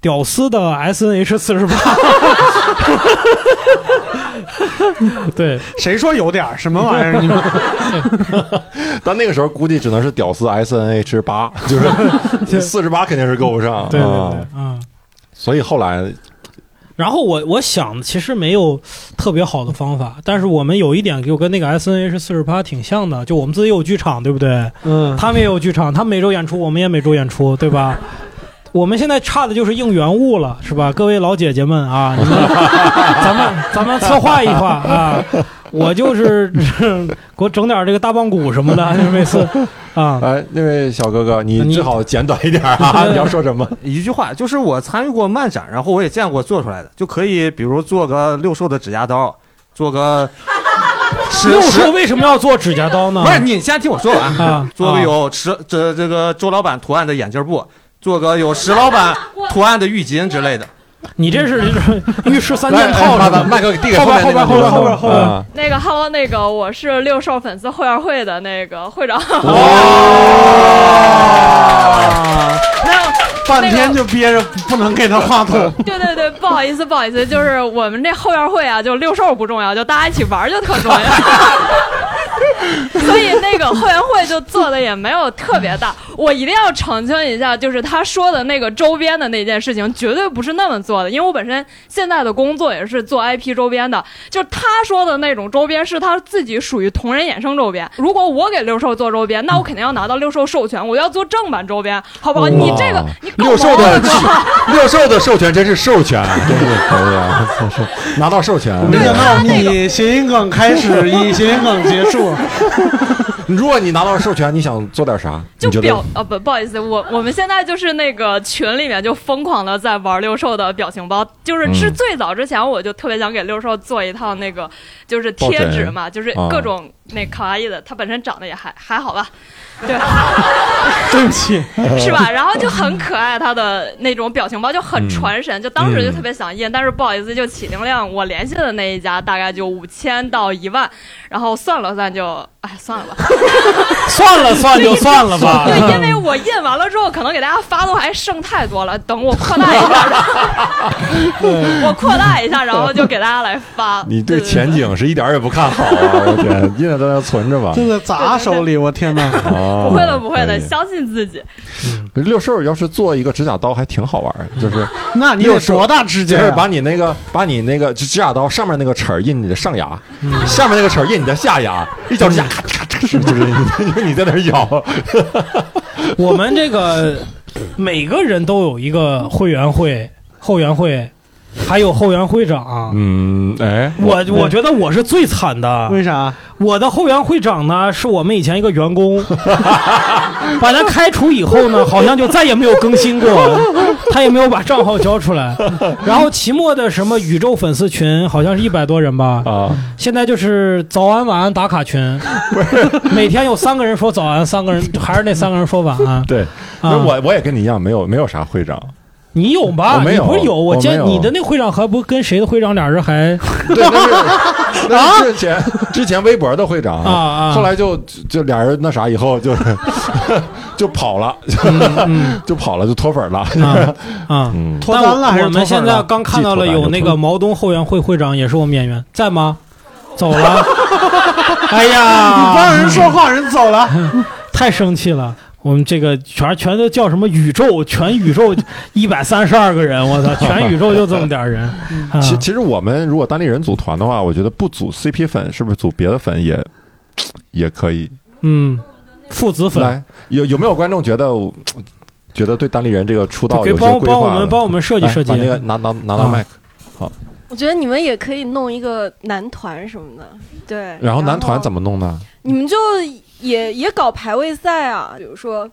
屌丝的 S N H
[laughs]
四十八。 [laughs] 对，
谁说有点儿什么玩意儿？你们
但那个时候估计只能是屌丝 S N H 八，
[laughs]
就是四十八肯定是够不上。
对对
啊
对，嗯。
所以后来
然后我我想，其实没有特别好的方法，但是我们有一点就跟那个 S N H 四十八挺像的，就我们自己有剧场，对不对？
嗯，
他们也有剧场，他们每周演出，我们也每周演出，对吧？ [laughs] 我们现在差的就是应援物了，是吧？各位老姐姐们啊，你们 [laughs] 咱们咱们策划一划啊，我就是 [laughs] 给我整点这个大棒骨什么的，就是每次啊，
哎，那位小哥哥，你最好简短一
[laughs]
点啊！你要说什么？
一句话，就是我参与过漫展，然后我也见过做出来的，就可以，比如做个六兽的指甲刀，做个十
[laughs] 六
十
兽为什么要做指甲刀呢？
不是，你先听我说完
啊
做个有石这这个周老板图案的眼镜布，做个有石老
[laughs]
板图案的浴巾之类的。
你
[laughs]
这是浴室三件套
来来
是吧？
麦克递给
后边
后哎
后
面那个
边后边后边
女生
后
嗯
边
啊。
那个 Hello，那个我是六兽粉丝会员会的那个会长。
哦，
[laughs] 那
半天就憋着不能给他
[laughs]
话筒。
[laughs] 对对对，不好意思，不好意思，就是我们这后院会啊，就六兽不重要，就大家一起玩儿就特重要。 [laughs] 所以那个后援会就做的也没有特别大。我一定要澄清一下，就是他说的那个周边的那件事情，绝对不是那么做的。因为我本身现在的工作也是做 IP 周边的，就是他说的那种周边是他自己属于同人衍生周边。如果我给六兽做周边，那我肯定要拿到六兽授权，我要做正版周边，好不好？你这个你搞
六兽
毛 [laughs]
的
了哥
六兽的授权真是授权啊，真是可以啊，真是拿到授权。
没想到以谐音梗开始，以谐音梗结
[laughs]
束。
[laughs] 如果你拿到授权，你想做点啥？你觉得
[laughs]
表 [laughs] 啊不不好意思，我我们现在就是那个群里面就疯狂的在玩六兽的表情包，就是
嗯
是最早之前我就特别想给六兽做一套那个就是
抱
贴
枕
纸嘛，就是
啊
各种那卡哇伊的，他本身长得也还还好
[laughs]
吧，对。
对不起，
[laughs]
是吧？然后就很可爱，他的那种表情包就
嗯
很传神，就当时就特别想印，但是不好意思，就起订量，我联系的那一家大概就五千到一万，然后算了算就，哎，算了吧，
[laughs] 算
[laughs]
了算就算了
[laughs]
吧
对，因为我印完了之后，可能给大家发的还剩太多了，等我扩
[laughs]
大一下，然后我扩大一下，然后就给大家来发。
你对前景是一点儿也不看好啊！我天，印在那存
[laughs]
着吧。
这个砸手里，我天哪！
[laughs] 哦
不会的，不会
可
的，
以
相信自己。
六兽要是做一个指甲刀还挺好玩儿，就是
那你
六
得
兽
多大指甲呀啊
就是把你那个把你那个指甲刀上面那个齿儿印你的上牙，
嗯
下面那个齿儿印你的下牙，一脚指甲咔嚓咔嚓，就是
啊
[laughs] 你你在那儿咬。
[laughs] 我们这个每个人都有一个会员会、后援会，还有后援会长。
嗯，哎，
我我觉得我是最惨的，
为啥？
我的后援会长呢，是我们以前一个员
[laughs]
工，把他开除以后呢，好像就再也没有更新过，他也没有把账号交出来。 [laughs] 然后期末的什么宇宙粉丝群，好像是一百多人吧，
啊，
现在就是早安晚安打
[laughs]
卡群，每天有三个人说早安，三个人还是那三个人说晚安。
对，
啊
那 [laughs] 我我也跟你一样，没有没有啥会长。
你有吧？
我没有
你不是有？
我没
见
有
你的那会长还不跟谁的会长俩人还？
[laughs] 对， [laughs] 那是那是之前、之前微博的会长
啊啊
后来就就就俩人那啥以后就 [laughs] 就跑了， [laughs] 就跑了，就脱粉了
嗯啊啊，
[laughs] 嗯，
但我我们现在刚看到了有那个毛东后援会会长，也是我们演员，在吗？走了。 [laughs] 哎呀，
你帮人说话，人走了，
[laughs] 太生气了。我们这个全全都叫什么宇宙？全
[laughs]
宇宙一百三十二个人，我操！全宇宙就这么点儿人。啊
其其实我们如果单立人组团的话，我觉得不组 CP 粉，是不是组别的粉也也可以？
嗯，父子
来
粉，，
有有没有观众觉得觉得对单立人这个出道
可以
有些
帮
规划
帮我
的
们帮我们设计
来
设计
把那个拿拿拿到
啊
麦克，好。
我觉得你们也可以弄一个男团什么的，对。
然后男团怎么弄呢？
你们就也也搞排位赛啊，比如说，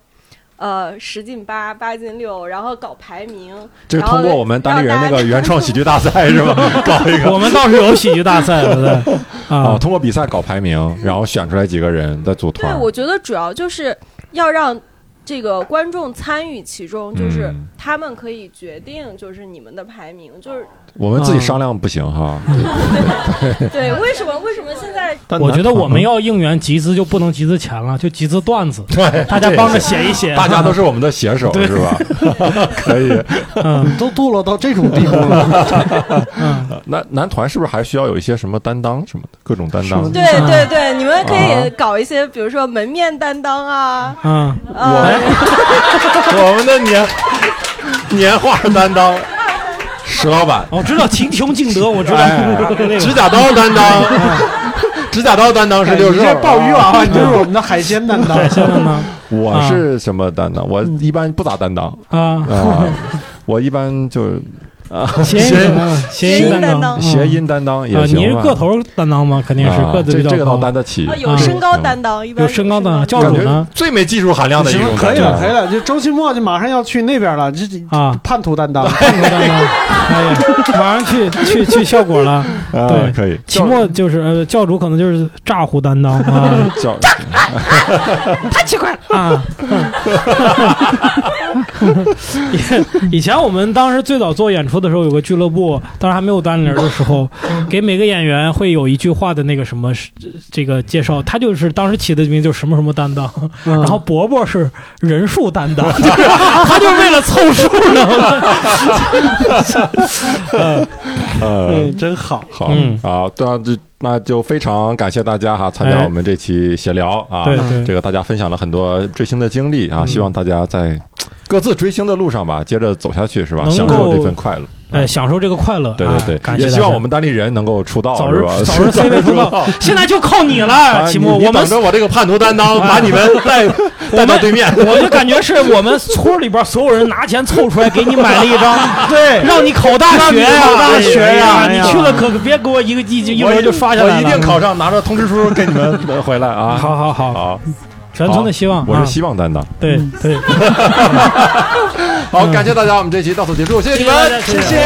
呃，十进八，八进六，然后搞排名。
这是
然后
通过我们单立人那
让大
个
家
原创喜剧大赛是
[laughs]
吧？搞一个，
我们倒是有喜剧大赛
[laughs]
的对
啊，通过比赛搞排名，然后选出来几个人再组
对，
团。
我觉得主要就是要让这个观众参与其中，就是
嗯
他们可以决定，就是你们的排名，就是
[laughs] 我们自
嗯
己商量不行哈。
[laughs] 嗯对。为什么为什么现
[laughs]
在
我觉得我
嗯
们要应援集资就不能集资钱了，就集资段子，
[laughs]
[laughs]
对，
大家帮着写一写，
大家都是我们的写手是
[laughs]
吧？可以。
嗯，
都堕落到这种地步
嗯
了。
[laughs] 男男团是不是还需要有一些什么担当什么的，各种担当？
对对对，你们可以
啊
搞一些，比如说门面担当啊，呃
嗯，
[laughs]
[laughs]
我我们的年年画担当，石老板，
我哦知道秦琼敬德，我知道
哎
[laughs]
那个
指甲刀担当，
嗯
指甲刀担当是六
你
兽
哎
这鲍鱼
[laughs]
娃娃，你就是
啊
我们的海鲜担当。海
鲜担当
[laughs] 我是什么担当？我一般不咋担当
嗯啊
啊，我一般就是啊， [laughs]
谐音担当谐音担当嗯
谐音担当也
啊，
行吧。
你是个头担当吗？肯定是
啊
个子比
这
较
这个
高
倒担得起嗯
啊，
有身高担当，一般
有身高担当，教主呢？
最没技术含量的一
行
种
了，可以
感觉
了，可以了。就周奇墨就马上要去那边了，这
啊，
叛徒担当，
[laughs] 叛徒担当，哎呀，马上去去去效果了，
[laughs] 啊
对，
可以
期末就是呃，教主可能就是诈唬担当啊，
[laughs] 教
太奇怪了，啊。 [laughs] 以以前我们当时最早做演出的时候，有个俱乐部，当时还没有单立人的时候，给每个演员会有一句话的那个什么这个介绍，他就是当时起的名就是什么什么担当，然后伯伯是人数担当，他就是为了凑数 [laughs] 呢。
呃，
嗯真好，
好
嗯，
好，对啊，这那就非常感谢大家哈，参加我们这期闲聊啊，
哎对对
这个大家分享了很多追星的经历啊，
嗯
希望大家在各自追星的路上吧，接着走下去是吧？
能够
享受这份快乐。
哎，享受这个快乐。
对对
哎感
对，也
谢大家
希望我们单立人能够出道，
早
是
日
吧？ [laughs]
早日 C 位出道， [laughs] 现在就靠你了，
啊
齐木。
你你
我们啊
等着我这个叛徒担当把你们带 [laughs] 带到对面
我就感觉是我们村里边所有人拿钱凑出来给你买了一张，
[laughs]
对让你考大学
让你
呀，
考大学呀
呀，
哎
你
呀
去了可可别给我一个一一轮就刷下来了，嗯
我一定考上，拿着通知书给你
[laughs]
们回来啊！好
好好
好，
全村的希望
好我
啊
是希望担当。
对对，
[laughs]
[laughs]
好，感谢大家，我们这期到此结束，谢谢你们，
谢谢大家谢谢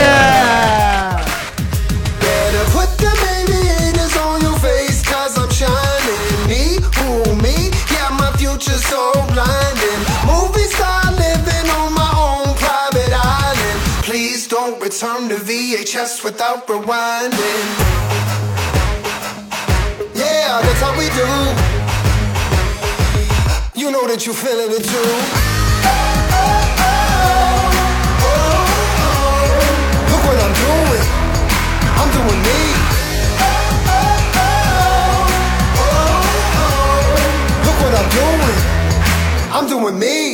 Better put the baby haters on your face, cause I'm shining. Me, who, me? Yeah, my future's so blinding. Movie star living on my own private island. Please don't return to VHS without rewinding. Yeah, that's how we do. You know that you feeling it too. Look what I'm doing. I'm doing me. Look what I'm doing. I'm doing me.